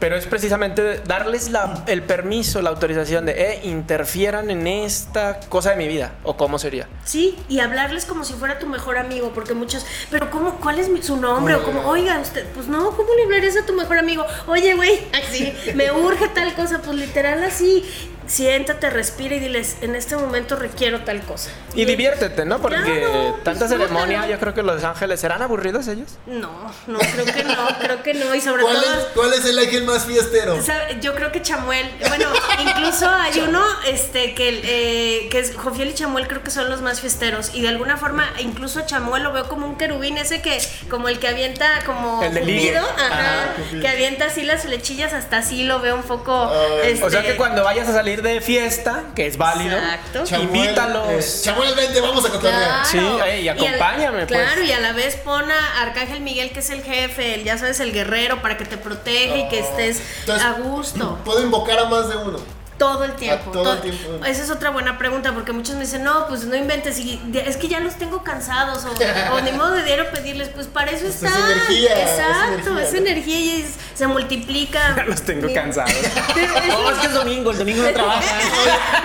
Speaker 3: Pero es precisamente darles la- el permiso, la autorización de, eh, interfieran en esta cosa de mi vida. ¿O cómo sería?
Speaker 4: Sí, y hablarles como si fuera tu mejor amigo, porque muchos, pero ¿cómo, ¿cuál es mi- su nombre? O como, oiga, usted, pues no, ¿cómo le hablarías a tu mejor amigo? Oye, güey, así, me urge tal cosa, pues literal así, siéntate, respira y diles, en este momento requiero tal cosa.
Speaker 3: Y diviértete, ¿no? Porque
Speaker 4: Claro,
Speaker 3: tanta
Speaker 4: disfrútalo.
Speaker 3: ceremonia, yo creo que los ángeles serán aburridos ellos.
Speaker 4: No, no, creo que no, creo que no, y sobre
Speaker 2: ¿Cuál
Speaker 4: todo...
Speaker 2: es, ¿Cuál es el ángel más fiestero?
Speaker 4: Sabe- Yo creo que Chamuel, bueno, incluso hay uno este, que, eh, que es Jofiel y Chamuel creo que son los más fiesteros y de alguna forma incluso a Chamuel lo veo como un querubín ese que como el que avienta como
Speaker 3: El de
Speaker 4: Cupido,
Speaker 3: ligue.
Speaker 4: ajá,
Speaker 3: Ajá,
Speaker 4: que avienta así las flechillas hasta así lo veo un poco
Speaker 2: Ay.
Speaker 4: este,
Speaker 3: O sea que cuando vayas a salir de fiesta, que es válido,
Speaker 4: Exacto.
Speaker 2: Chamuel,
Speaker 3: invítalos.
Speaker 2: eh, Chamuel, vente, vamos a
Speaker 4: Claro.
Speaker 2: cotorrear.
Speaker 3: Sí, ey, y
Speaker 4: al-
Speaker 3: acompáñame, pues.
Speaker 4: Claro, y a la vez pon a Arcángel Miguel, que es el jefe, el, ya sabes, el guerrero, para que te protege y que
Speaker 3: Oh.
Speaker 4: estés
Speaker 2: Entonces,
Speaker 4: a gusto.
Speaker 2: Puedo invocar a más de uno.
Speaker 4: Todo el tiempo.
Speaker 2: A todo el
Speaker 4: to-
Speaker 2: tiempo.
Speaker 4: Esa es otra buena pregunta, porque muchos me dicen, no, pues no inventes, y de- es que ya los tengo cansados, o, o ni modo de diario pedirles, pues para eso
Speaker 2: Pues
Speaker 4: está.
Speaker 2: es energía, es
Speaker 4: Exacto,
Speaker 2: energía,
Speaker 4: es
Speaker 2: ¿no?
Speaker 4: energía y es- se multiplica.
Speaker 3: Ya los tengo
Speaker 4: Mira.
Speaker 3: cansados.
Speaker 4: Pero es-
Speaker 3: No, es que es domingo, el domingo no trabaja.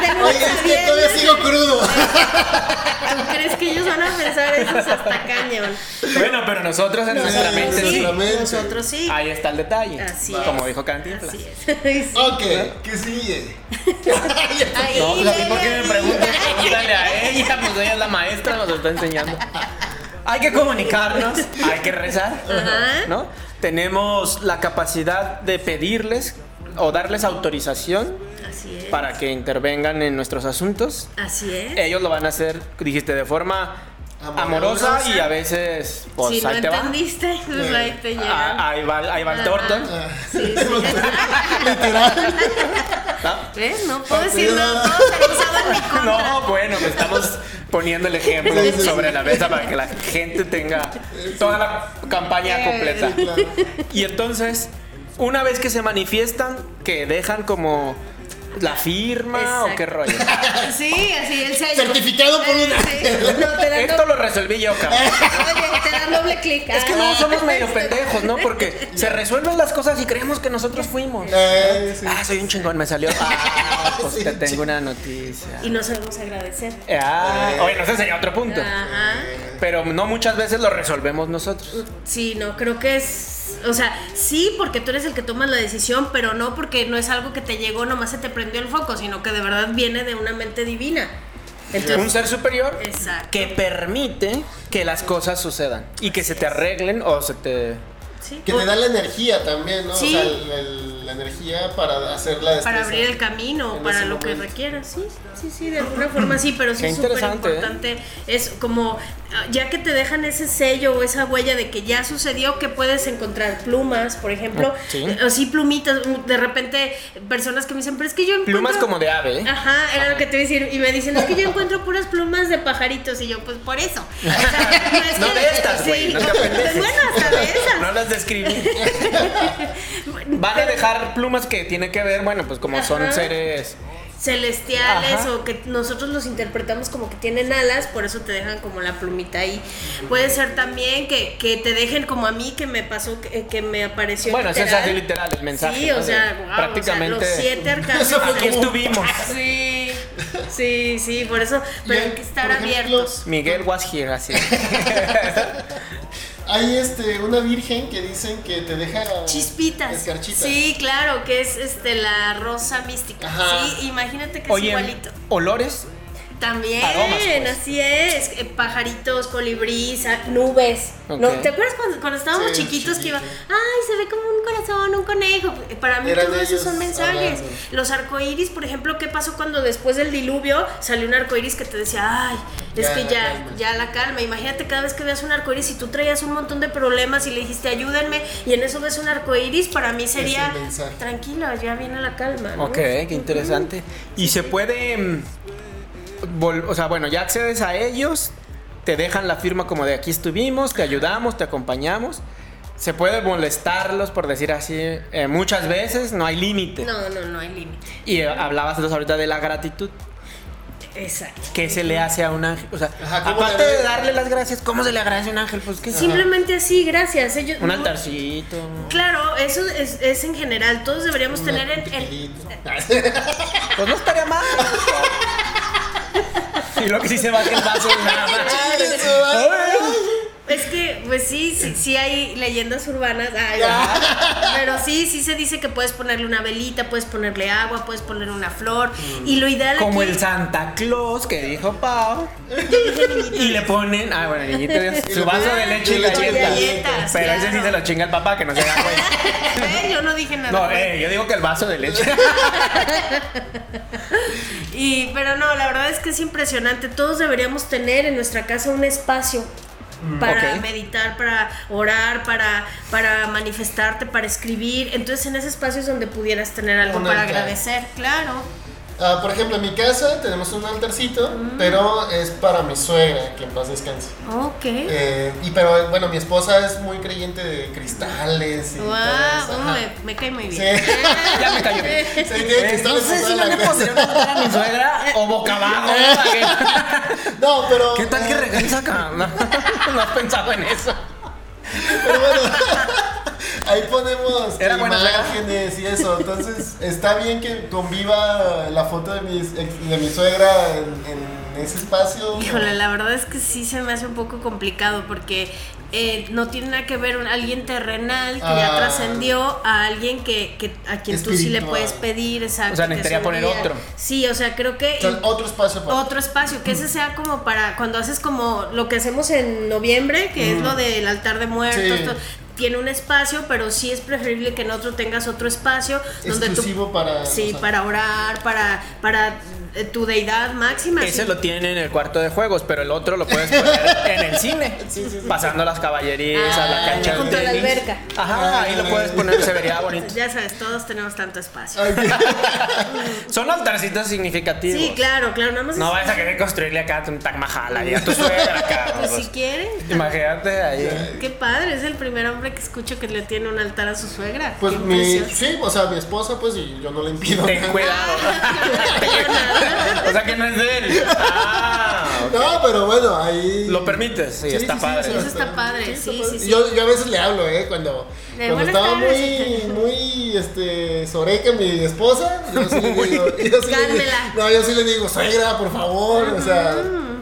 Speaker 4: De lunes
Speaker 2: Oye,
Speaker 4: a
Speaker 2: es que
Speaker 4: viernes,
Speaker 2: todavía sigo crudo.
Speaker 4: ¿tú crees que ellos van a pensar eso Es hasta cañón?
Speaker 3: Bueno, pero nosotros en nuestra
Speaker 2: sí,
Speaker 3: mente
Speaker 2: sí.
Speaker 3: sí.
Speaker 4: Nosotros sí.
Speaker 3: Ahí está el detalle.
Speaker 4: Así
Speaker 3: Como
Speaker 4: es.
Speaker 3: dijo pues. Cantinflas.
Speaker 4: Así es.
Speaker 2: Ok, ¿qué sigue?
Speaker 4: Ahí,
Speaker 3: No, la
Speaker 2: pues,
Speaker 4: ahí,
Speaker 3: tipo que me
Speaker 4: ahí.
Speaker 3: pregunta, pregúntale a ella, pues ella es la maestra, nos está enseñando. Hay que comunicarnos, hay que rezar,
Speaker 4: Ajá.
Speaker 3: ¿no? Tenemos la capacidad de pedirles o darles autorización
Speaker 4: Así es.
Speaker 3: para Eh, que intervengan en nuestros asuntos.
Speaker 4: Así es.
Speaker 3: Ellos lo van a hacer, dijiste, de forma amorosa,
Speaker 2: Amorosa.
Speaker 3: y a veces, pues
Speaker 4: si no
Speaker 3: ahí te va.
Speaker 4: entendiste, pues ahí te llega.
Speaker 3: Ah, ahí va, ahí va el
Speaker 4: Ajá.
Speaker 3: tortón.
Speaker 2: Ah,
Speaker 4: Sí, sí.
Speaker 3: ¿no?
Speaker 4: ¿Ves? No puedo decir
Speaker 2: Cuidado.
Speaker 4: nada, todo se lo usaba en mi contra.
Speaker 3: No, bueno, pues estamos poniendo el ejemplo
Speaker 2: Sí, sí,
Speaker 3: sobre
Speaker 2: sí.
Speaker 3: la mesa para que la gente tenga toda la campaña completa.
Speaker 2: Eh, Claro.
Speaker 3: Y entonces, una vez que se manifiestan, que dejan como la firma o
Speaker 4: Exacto.
Speaker 3: qué rollo.
Speaker 4: Sí, así el sello.
Speaker 2: Certificado por un
Speaker 4: Sí, sí. No, te dan
Speaker 3: Esto
Speaker 4: doble,
Speaker 3: lo resolví yo, cabrón.
Speaker 4: oye, te dan doble clic.
Speaker 3: Es que no,
Speaker 4: Ah.
Speaker 3: somos medio pendejos, ¿no? Porque se resuelven las cosas y creemos que nosotros fuimos.
Speaker 2: Eh, sí.
Speaker 3: Ah, soy un chingón, me salió. Ah, pues
Speaker 2: Sí,
Speaker 3: te tengo una noticia.
Speaker 4: Y no sabemos agradecer.
Speaker 3: Ah, oye, no, ese sería otro punto.
Speaker 4: Ajá.
Speaker 3: Pero no muchas veces lo resolvemos nosotros.
Speaker 4: Sí, no, creo que es. O sea, sí, porque tú eres el que tomas la decisión, pero no porque no es algo que te llegó, nomás se te prendió el foco, sino que de verdad viene de una mente divina.
Speaker 3: Un
Speaker 4: Entonces,
Speaker 3: ser superior
Speaker 4: Exacto.
Speaker 3: que permite que las cosas sucedan y que se te arreglen o se te...
Speaker 4: sí,
Speaker 2: Que te da la energía también, ¿no?
Speaker 4: Sí.
Speaker 2: O sea, el- el- la energía para hacer la
Speaker 4: para
Speaker 2: destreza.
Speaker 3: Este,
Speaker 4: abrir el camino
Speaker 2: En
Speaker 4: o para
Speaker 2: ese
Speaker 4: lo que
Speaker 2: momento.
Speaker 4: requieras. Sí, sí, sí, de alguna forma sí, pero sí
Speaker 3: Qué
Speaker 4: es súper
Speaker 3: interesante, ¿eh?
Speaker 4: importante. Es como, ah, ya que te dejan ese sello o esa huella de que ya sucedió, que puedes encontrar plumas, por ejemplo,
Speaker 3: Ah, Sí.
Speaker 4: eh, o sí, plumitas. De repente, personas que me dicen, pero es que yo encuentro.
Speaker 3: Plumas como de ave, ¿eh?
Speaker 4: Ajá, era lo que te iba a decir. Y me dicen, es que yo encuentro puras plumas de pajaritos. Y yo, pues por eso. O sea, es
Speaker 3: No
Speaker 4: que-
Speaker 3: de estas, güey,
Speaker 4: Sí,
Speaker 3: no te apendejes.
Speaker 4: bueno, hasta de esas.
Speaker 3: No las describí. Van a dejar plumas que tiene que ver, bueno, pues como son
Speaker 4: Ajá.
Speaker 3: seres
Speaker 4: celestiales
Speaker 3: Ajá.
Speaker 4: o que nosotros los interpretamos como que tienen alas, por eso te dejan como la plumita ahí. Puede ser también que, que te dejen como a mí que me pasó, que, que me apareció
Speaker 3: Bueno, eso es
Speaker 4: literal.
Speaker 3: así literal el mensaje.
Speaker 4: Sí, o
Speaker 3: ¿no?
Speaker 4: sea,
Speaker 3: De-
Speaker 4: wow,
Speaker 3: prácticamente.
Speaker 4: o sea, los siete arcanos.
Speaker 2: Eso fue
Speaker 3: Aquí estuvimos.
Speaker 4: Sí, sí, sí, por eso, pero
Speaker 2: Y
Speaker 4: hay que estar
Speaker 2: por ejemplo,
Speaker 4: abiertos.
Speaker 3: Miguel was here, así.
Speaker 2: Hay este, una virgen que dicen que te deja
Speaker 4: Chispitas.
Speaker 2: Escarchitas.
Speaker 4: Sí, claro, que es este la rosa mística.
Speaker 2: Ajá.
Speaker 4: Sí, imagínate que
Speaker 3: Oye,
Speaker 4: es igualito.
Speaker 3: olores.
Speaker 4: También,
Speaker 3: Aromas, pues.
Speaker 4: así es. eh, Pajaritos, colibríes, ah, nubes.
Speaker 3: Ok.
Speaker 4: ¿No? ¿Te acuerdas cuando, cuando estábamos
Speaker 2: Sí,
Speaker 4: chiquitos que iba,
Speaker 2: chiquito.
Speaker 4: ay, se ve como un corazón, un conejo? Eh, Para mí
Speaker 2: Eran
Speaker 4: todos esos
Speaker 2: ellos
Speaker 4: son mensajes.
Speaker 2: hablando.
Speaker 4: Los arcoíris, por ejemplo, ¿qué pasó cuando después del diluvio salió un arcoíris que te decía, ay, es
Speaker 2: Ya
Speaker 4: que
Speaker 2: la
Speaker 4: ya,
Speaker 2: calma".
Speaker 4: ya la calma? Imagínate cada vez que veas un arcoíris y tú traías un montón de problemas y le dijiste, ayúdenme, y en eso ves un arcoíris, para mí sería,
Speaker 2: el mensaje.
Speaker 4: tranquilo, ya viene la calma. ¿no?
Speaker 3: Ok, qué interesante. Y se puede. mm, vol- O sea, bueno, ya accedes a ellos, te dejan la firma como de aquí estuvimos, te ayudamos, te acompañamos. Se puede molestarlos, por decir así, eh, muchas veces, no hay límite.
Speaker 4: No, no, no hay límite.
Speaker 3: Y eh, hablabas entonces ahorita de la gratitud.
Speaker 4: Exacto.
Speaker 3: ¿Qué se le hace a un ángel? O sea,
Speaker 2: Ajá, ¿cómo
Speaker 3: aparte
Speaker 2: le-
Speaker 3: de darle las gracias, ¿cómo se le agradece a un ángel? Pues que
Speaker 4: Simplemente así, gracias. Ellos,
Speaker 3: Un
Speaker 4: no-
Speaker 3: altarcito.
Speaker 4: Claro, eso es, es en general. Todos deberíamos tener el, el-
Speaker 3: Pues no estaría mal. y lo que sí se va es el vaso de nada más.
Speaker 4: Es que, pues sí, sí, sí hay leyendas urbanas. ay, pero sí, sí se dice que puedes ponerle una velita, puedes ponerle agua, puedes ponerle una flor. Y lo ideal
Speaker 3: Como
Speaker 4: aquí-
Speaker 3: el Santa Claus que dijo Pau. Y le ponen. Ah, bueno, niñito, su vaso de leche y
Speaker 2: Y le ponen
Speaker 3: galletas.
Speaker 4: galletas,
Speaker 3: Pero ese sí
Speaker 4: claro.
Speaker 3: se lo chinga el papá que no se da cuenta.
Speaker 4: Eh, Yo no dije nada.
Speaker 3: No,
Speaker 4: güey.
Speaker 3: eh, yo digo que el vaso de leche.
Speaker 4: Y, pero no, la verdad es que es impresionante. Todos deberíamos tener en nuestra casa un espacio para
Speaker 3: Mm, ok.
Speaker 4: meditar, para orar, para, para manifestarte, para escribir. Entonces en ese espacio es donde pudieras tener algo
Speaker 2: Un
Speaker 4: para
Speaker 2: altar.
Speaker 4: agradecer, claro.
Speaker 2: Ah, por ejemplo, en mi casa tenemos un altarcito,
Speaker 4: Mm.
Speaker 2: pero es para mi suegra, que en paz descanse.
Speaker 4: Ok.
Speaker 2: Eh, y pero bueno, mi esposa es muy creyente de cristales y
Speaker 4: wow,
Speaker 2: todo eso,
Speaker 4: oh,
Speaker 2: ajá.
Speaker 4: me, me cae muy
Speaker 2: Sí.
Speaker 4: bien.
Speaker 3: ya me cayó bien.
Speaker 2: Sí, tiene cristales en
Speaker 3: Entonces, si
Speaker 2: toda
Speaker 3: Eh,
Speaker 2: la
Speaker 3: no le
Speaker 2: casa.
Speaker 3: pusieron a mi suegra o boca abajo. ¿para qué?
Speaker 2: No, pero
Speaker 3: ¿Qué tal que
Speaker 2: eh,
Speaker 3: regresa acá? No, no has pensado en eso.
Speaker 2: Pero bueno, ahí ponemos
Speaker 3: Era buena suegra.
Speaker 2: imágenes y eso. Entonces, está bien que conviva la foto de, mis ex- de mi suegra en, en ese espacio.
Speaker 4: Híjole, la verdad es que sí se me hace un poco complicado porque eh, no tiene nada que ver un, alguien terrenal que ya
Speaker 2: Ah.
Speaker 4: trascendió a alguien que, que- a quien tú sí le
Speaker 2: Espiritual.
Speaker 4: puedes pedir, exacto.
Speaker 3: O sea,
Speaker 4: que
Speaker 3: necesitaría
Speaker 4: su
Speaker 3: poner
Speaker 4: guía.
Speaker 3: otro.
Speaker 4: Sí, o sea, creo que
Speaker 2: O sea, otro espacio para.
Speaker 4: otro espacio, que ese sea como para cuando haces como lo que hacemos en noviembre, que es lo del altar de muertos,
Speaker 2: Mm. Sí.
Speaker 4: to- tiene un espacio, pero sí es preferible que en otro tengas otro espacio donde tú
Speaker 2: exclusivo para.
Speaker 4: sí,
Speaker 2: o sea,
Speaker 4: para orar, para para eh, tu deidad máxima.
Speaker 3: Ese
Speaker 4: sí.
Speaker 3: lo tienen en el cuarto de juegos, pero el otro lo puedes poner en el cine. pasando las caballerías, a la
Speaker 4: Ah,
Speaker 3: cancha de
Speaker 4: junto a la
Speaker 3: tenis.
Speaker 4: alberca.
Speaker 3: Ajá, ahí lo puedes poner, se vería bonito.
Speaker 4: Ya sabes, todos tenemos tanto espacio.
Speaker 2: ay,
Speaker 3: Son altarcitos significativos.
Speaker 4: Sí, claro, claro, nada más
Speaker 3: No
Speaker 4: es-
Speaker 3: vayas a querer construirle acá un Taj Mahal y a tu suegra acá.
Speaker 4: Pues si quieren.
Speaker 3: Imagínate ahí.
Speaker 4: Qué padre, es el primer hombre que escucho que le tiene un altar a su suegra. Qué
Speaker 2: Pues mi.
Speaker 4: precioso.
Speaker 2: Sí, o sea, mi esposa, pues y yo no le impido.
Speaker 3: Ten
Speaker 2: nada.
Speaker 3: cuidado. o sea que no es de él. Ah,
Speaker 2: No, pero bueno, ahí.
Speaker 3: lo permites, sí,
Speaker 2: Sí,
Speaker 3: está
Speaker 2: sí, sí,
Speaker 3: padre.
Speaker 2: sí,
Speaker 4: Eso está padre,
Speaker 2: está
Speaker 4: sí,
Speaker 2: padre.
Speaker 4: sí, sí.
Speaker 2: Yo, yo a veces le hablo, ¿eh? Cuando,
Speaker 4: De
Speaker 2: cuando
Speaker 4: buenas
Speaker 2: estaba muy,
Speaker 4: tardes.
Speaker 2: muy, este, soreca mi esposa, yo sí le digo... yo sí le digo-
Speaker 4: Cálmela.
Speaker 2: no, yo sí le digo, suegra, por favor, o sea,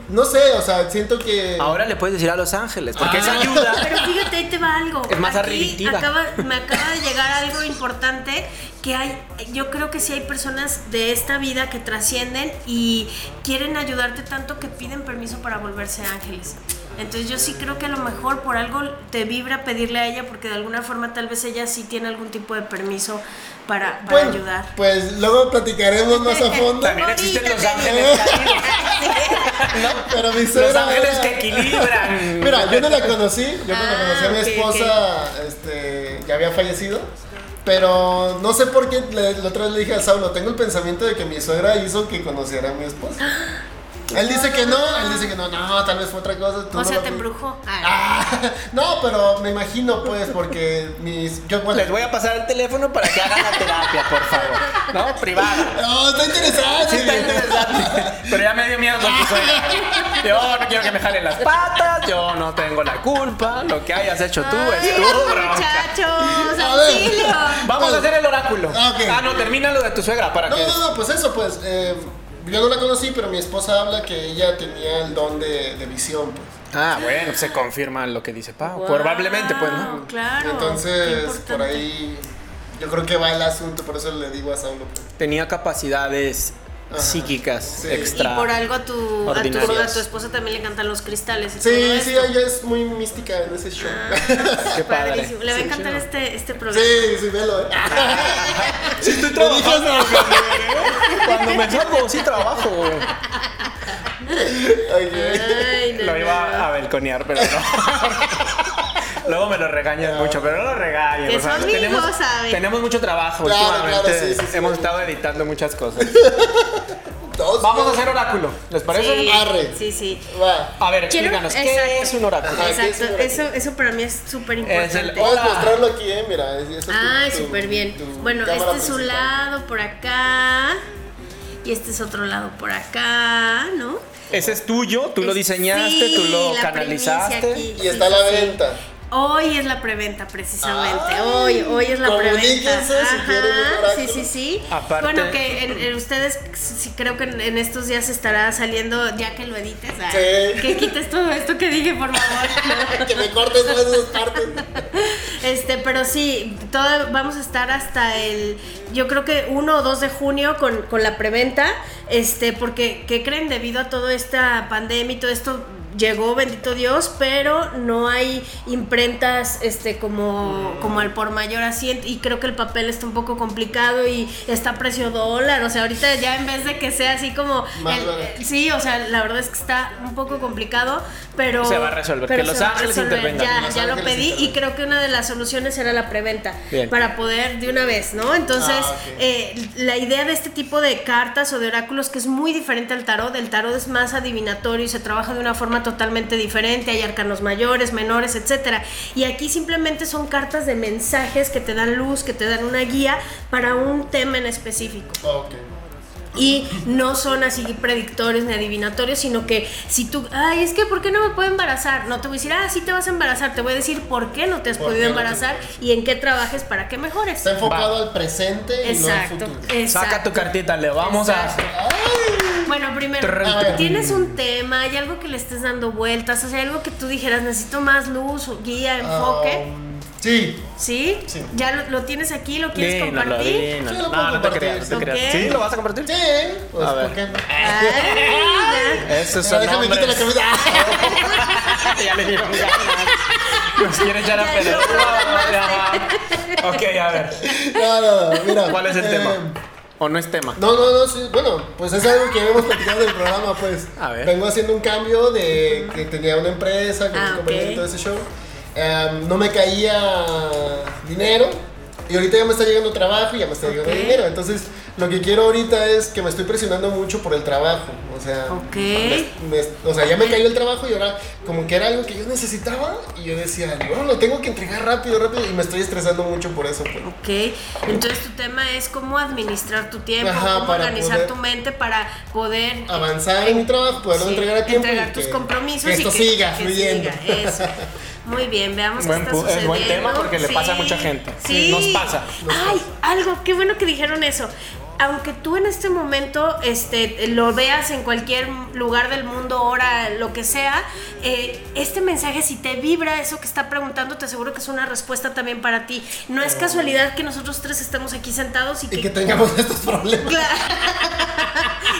Speaker 2: no sé, o sea, siento que...
Speaker 3: Ahora le puedes decir a Los Ángeles, porque
Speaker 2: Ah.
Speaker 3: esa ayuda.
Speaker 4: Pero fíjate, ahí te va algo.
Speaker 3: Es más
Speaker 4: Aquí
Speaker 3: arribitiva.
Speaker 4: acaba- me acaba de llegar algo importante que hay, yo creo que sí hay personas de esta vida que trascienden y quieren ayudarte tanto que piden permiso para volverse ángeles. Entonces yo sí creo que a lo mejor por algo te vibra pedirle a ella porque de alguna forma tal vez ella sí tiene algún tipo de permiso para, para
Speaker 2: bueno,
Speaker 4: ayudar.
Speaker 2: Pues luego platicaremos más a fondo,
Speaker 3: También existen Los Ángeles.
Speaker 2: pero mi suegra...
Speaker 3: Los ángeles
Speaker 2: era-
Speaker 3: que equilibran.
Speaker 2: Mira, yo no la conocí, yo cuando
Speaker 4: Ah,
Speaker 2: conocí a mi
Speaker 4: ok,
Speaker 2: esposa, este, ya había fallecido. Pero no sé por qué le- la otra vez le dije a Saulo, tengo el pensamiento de que mi suegra hizo que conociera a mi esposa. Él dice que no, él dice que no, no, tal vez fue otra cosa. tú
Speaker 4: O
Speaker 2: no
Speaker 4: sea,
Speaker 2: lo-
Speaker 4: te embrujó. Ah,
Speaker 2: Ah, no, pero me imagino pues porque mis... Yo, bueno,
Speaker 3: Les voy a pasar el teléfono para que hagan la terapia, por favor. No, privada.
Speaker 2: No, Oh, está interesante.
Speaker 3: Sí, está interesante. Pero ya me dio miedo con tu suegra. Yo no quiero que me jalen las patas, yo no tengo la culpa. Lo que hayas hecho tú es
Speaker 4: Ay,
Speaker 3: tu bronca.
Speaker 4: muchachos,
Speaker 2: A ver.
Speaker 4: auxilio.
Speaker 3: Vamos a hacer el oráculo.
Speaker 2: Ah, ok.
Speaker 3: Ah, no, termina lo de tu suegra para
Speaker 2: No,
Speaker 3: que.
Speaker 2: no, no, pues eso, pues. eh, yo no la conocí, pero mi esposa habla que ella tenía el don de, de visión, pues.
Speaker 3: Ah, bueno, se confirma lo que dice Pau.
Speaker 4: Wow,
Speaker 3: Probablemente, pues, ¿no?
Speaker 4: Claro. qué
Speaker 2: Entonces,
Speaker 4: importante.
Speaker 2: por ahí. Yo creo que va el asunto, por eso le digo a Saulo. pues.
Speaker 3: Tenía capacidades
Speaker 2: Ajá,
Speaker 3: psíquicas
Speaker 2: sí.
Speaker 4: Y
Speaker 3: extra.
Speaker 4: por algo a tu, a tu,
Speaker 3: ordinarias.
Speaker 4: a tu esposa también le encantan los cristales. y todo
Speaker 2: Sí,
Speaker 4: esto.
Speaker 2: sí, ella es muy mística en ese show.
Speaker 4: Ah.
Speaker 3: Qué padre.
Speaker 4: Padrísimo. Le va a
Speaker 3: Sí,
Speaker 4: encantar
Speaker 3: chido.
Speaker 4: este, este programa.
Speaker 2: sí, sí, velo. eh.
Speaker 3: Sí, estoy
Speaker 2: Lo dije ¿eh?
Speaker 3: trabajando. güey. Cuando me salgo, sí trabajo. güey.
Speaker 2: Ok.
Speaker 4: Ay, no,
Speaker 3: Lo
Speaker 4: no, no.
Speaker 3: iba a balconear, pero no. Luego me lo regañan mucho, pero no lo regañen.
Speaker 4: Que
Speaker 3: por favor.
Speaker 4: son amigos,
Speaker 3: tenemos,
Speaker 4: ¿saben?
Speaker 3: tenemos mucho trabajo
Speaker 2: Claro,
Speaker 3: últimamente.
Speaker 2: claro, sí, sí, sí.
Speaker 3: Hemos estado editando muchas cosas.
Speaker 2: Dos,
Speaker 3: Vamos a hacer oráculo, ¿les parece?
Speaker 4: Sí,
Speaker 2: Arre.
Speaker 4: Sí, sí.
Speaker 2: Va.
Speaker 3: A ver,
Speaker 4: Quiero-
Speaker 3: explícanos, ¿qué
Speaker 4: exacto.
Speaker 3: es un oráculo?
Speaker 2: Ajá.
Speaker 4: Exacto,
Speaker 2: sí, sí,
Speaker 4: eso, eso para mí es súper
Speaker 3: Es el-
Speaker 4: importante.
Speaker 2: Puedes
Speaker 3: Hola.
Speaker 2: mostrarlo aquí, eh, mira. es- esa es tu-
Speaker 4: Ay,
Speaker 2: tu-
Speaker 4: súper bien.
Speaker 2: tu
Speaker 4: Ah, Bueno,
Speaker 2: cámara
Speaker 4: este es un
Speaker 2: principal.
Speaker 4: lado por acá y este es otro lado por acá, ¿no?
Speaker 3: Ese es tuyo, tú lo
Speaker 4: Es-
Speaker 3: diseñaste,
Speaker 4: sí,
Speaker 3: tú lo
Speaker 4: la
Speaker 3: canalizaste.
Speaker 4: primicia aquí.
Speaker 2: Y está a la
Speaker 4: Sí, sí, sí.
Speaker 2: venta.
Speaker 4: Hoy es la preventa, precisamente.
Speaker 2: Ay,
Speaker 4: hoy, hoy es la preventa.
Speaker 2: comuníquense si quieren un oráculo.
Speaker 4: sí, sí, sí.
Speaker 3: Aparte-
Speaker 4: Bueno, que en- en ustedes sí, creo que en, en estos días estará saliendo, ya que lo edites, ah,
Speaker 2: Sí.
Speaker 4: que quites todo esto que dije, por favor.
Speaker 2: que me cortes todas esas partes.
Speaker 4: Este, pero sí, todo, vamos a estar hasta el, yo creo que 1 o 2 de junio con, con la preventa, este, porque, ¿qué creen? Debido a toda esta pandemia y todo esto llegó, bendito Dios, pero no hay imprentas, este, como, como al por mayor así, y creo que el papel está un poco complicado y está a precio dólar, o sea, ahorita ya en vez de que sea así como,
Speaker 2: Más
Speaker 4: el-
Speaker 2: barato.
Speaker 4: sí, o sea, la verdad es que está un poco complicado, pero...
Speaker 3: Se va a resolver,
Speaker 4: pero
Speaker 3: que Los
Speaker 4: se va a
Speaker 3: Ángeles
Speaker 4: resolver,
Speaker 3: intervengan.
Speaker 4: ya,
Speaker 2: Los
Speaker 4: ya lo
Speaker 2: Ángeles
Speaker 4: pedí y
Speaker 2: intervengan.
Speaker 4: creo que una de las soluciones era la preventa
Speaker 3: Bien.
Speaker 4: para poder de una vez, ¿no? Entonces,
Speaker 2: Ah, ok.
Speaker 4: eh, la idea de este tipo de cartas o de oráculos que es muy diferente al tarot, el tarot es más adivinatorio y se trabaja de una forma totalmente diferente, hay arcanos mayores, menores, etcétera. Y aquí simplemente son cartas de mensajes que te dan luz, que te dan una guía para un tema en específico
Speaker 2: Ok.
Speaker 4: y no son así predictores ni adivinatorios, sino que si tú, ay, es que ¿por qué no me puedo embarazar? No te voy a decir, ah, sí te vas a embarazar, te voy a decir por qué no te has
Speaker 2: ¿Por
Speaker 4: podido
Speaker 2: qué no te
Speaker 4: embarazar
Speaker 2: puedes?
Speaker 4: y en qué trabajes para que mejores.
Speaker 2: Está enfocado al presente y no
Speaker 4: Exacto,
Speaker 2: al futuro.
Speaker 4: exacto.
Speaker 3: Saca tu cartita, le vamos
Speaker 4: Exacto.
Speaker 3: a.
Speaker 4: Bueno, primero,
Speaker 3: Trrr,
Speaker 2: A ver.
Speaker 4: tienes un tema, hay algo que le estés dando vueltas, o sea, algo que tú dijeras, necesito más luz, o guía, enfoque,
Speaker 2: Um, sí.
Speaker 4: ¿sí?
Speaker 2: sí.
Speaker 4: Ya lo, lo tienes aquí, lo quieres
Speaker 3: Dínoslo,
Speaker 2: Sí,
Speaker 4: compartir.
Speaker 2: lo
Speaker 3: dínoslo.
Speaker 2: puedo
Speaker 3: No, no te
Speaker 2: compartir.
Speaker 3: creas, no te creas.
Speaker 4: Ok.
Speaker 3: ¿Sí? ¿Lo vas a compartir?
Speaker 2: Sí. Pues,
Speaker 3: A ver.
Speaker 2: ¿por qué no?
Speaker 4: Ay, ya.
Speaker 3: Eso
Speaker 2: Pero déjame quitar la camisa.
Speaker 3: ya le dieron ganas. Nos quiere echar a
Speaker 4: Ya,
Speaker 3: perder.
Speaker 4: no,
Speaker 3: No, ya. Ok, a ver.
Speaker 2: No, no, no, mira.
Speaker 3: ¿Cuál es el
Speaker 2: eh,
Speaker 3: tema? ¿O no es tema?
Speaker 2: No, no, no, sí, bueno, pues es algo que hemos platicado en el programa, pues.
Speaker 3: A ver.
Speaker 2: Vengo haciendo un cambio de que tenía una empresa, que
Speaker 4: Ah,
Speaker 2: me acompañaba en
Speaker 4: ok.
Speaker 2: todo ese show. Em, no me caía dinero y ahorita ya me está llegando trabajo y ya me está llegando
Speaker 4: Ok.
Speaker 2: dinero. Entonces, lo que quiero ahorita es que me estoy presionando mucho por el trabajo. O sea,
Speaker 4: Ok.
Speaker 2: me- me- o sea, ya me cayó el trabajo y ahora como que era algo que yo necesitaba y yo decía, no, lo tengo que entregar rápido, rápido y me estoy estresando mucho por eso. Pues.
Speaker 4: Ok, entonces tu tema es cómo administrar tu tiempo,
Speaker 2: Ajá,
Speaker 4: cómo
Speaker 2: para
Speaker 4: organizar
Speaker 2: poder- Ah,
Speaker 4: tu mente para poder
Speaker 2: avanzar en mi trabajo, poderlo
Speaker 4: sí,
Speaker 2: entregar a tiempo.
Speaker 4: entregar
Speaker 2: y
Speaker 4: tus
Speaker 2: que-
Speaker 4: compromisos
Speaker 2: que esto
Speaker 4: y que,
Speaker 2: siga
Speaker 4: que
Speaker 2: fluyendo.
Speaker 4: siga, eso. Muy bien, veamos
Speaker 3: Buen
Speaker 4: qué
Speaker 3: pu-
Speaker 4: está
Speaker 3: es buen
Speaker 4: sucediendo.
Speaker 3: tema porque le pasa a mucha gente.
Speaker 4: Sí.
Speaker 3: Nos pasa, nos
Speaker 4: Ay, algo, qué bueno que dijeron eso. Aunque tú en este momento este, lo veas en cualquier lugar del mundo, hora, lo que sea, eh, este mensaje, si te vibra eso que está preguntando, te aseguro que es una respuesta también para ti. No es casualidad que nosotros tres estemos aquí sentados y
Speaker 2: Y
Speaker 4: que
Speaker 2: que tengamos estos problemas.
Speaker 4: Claro.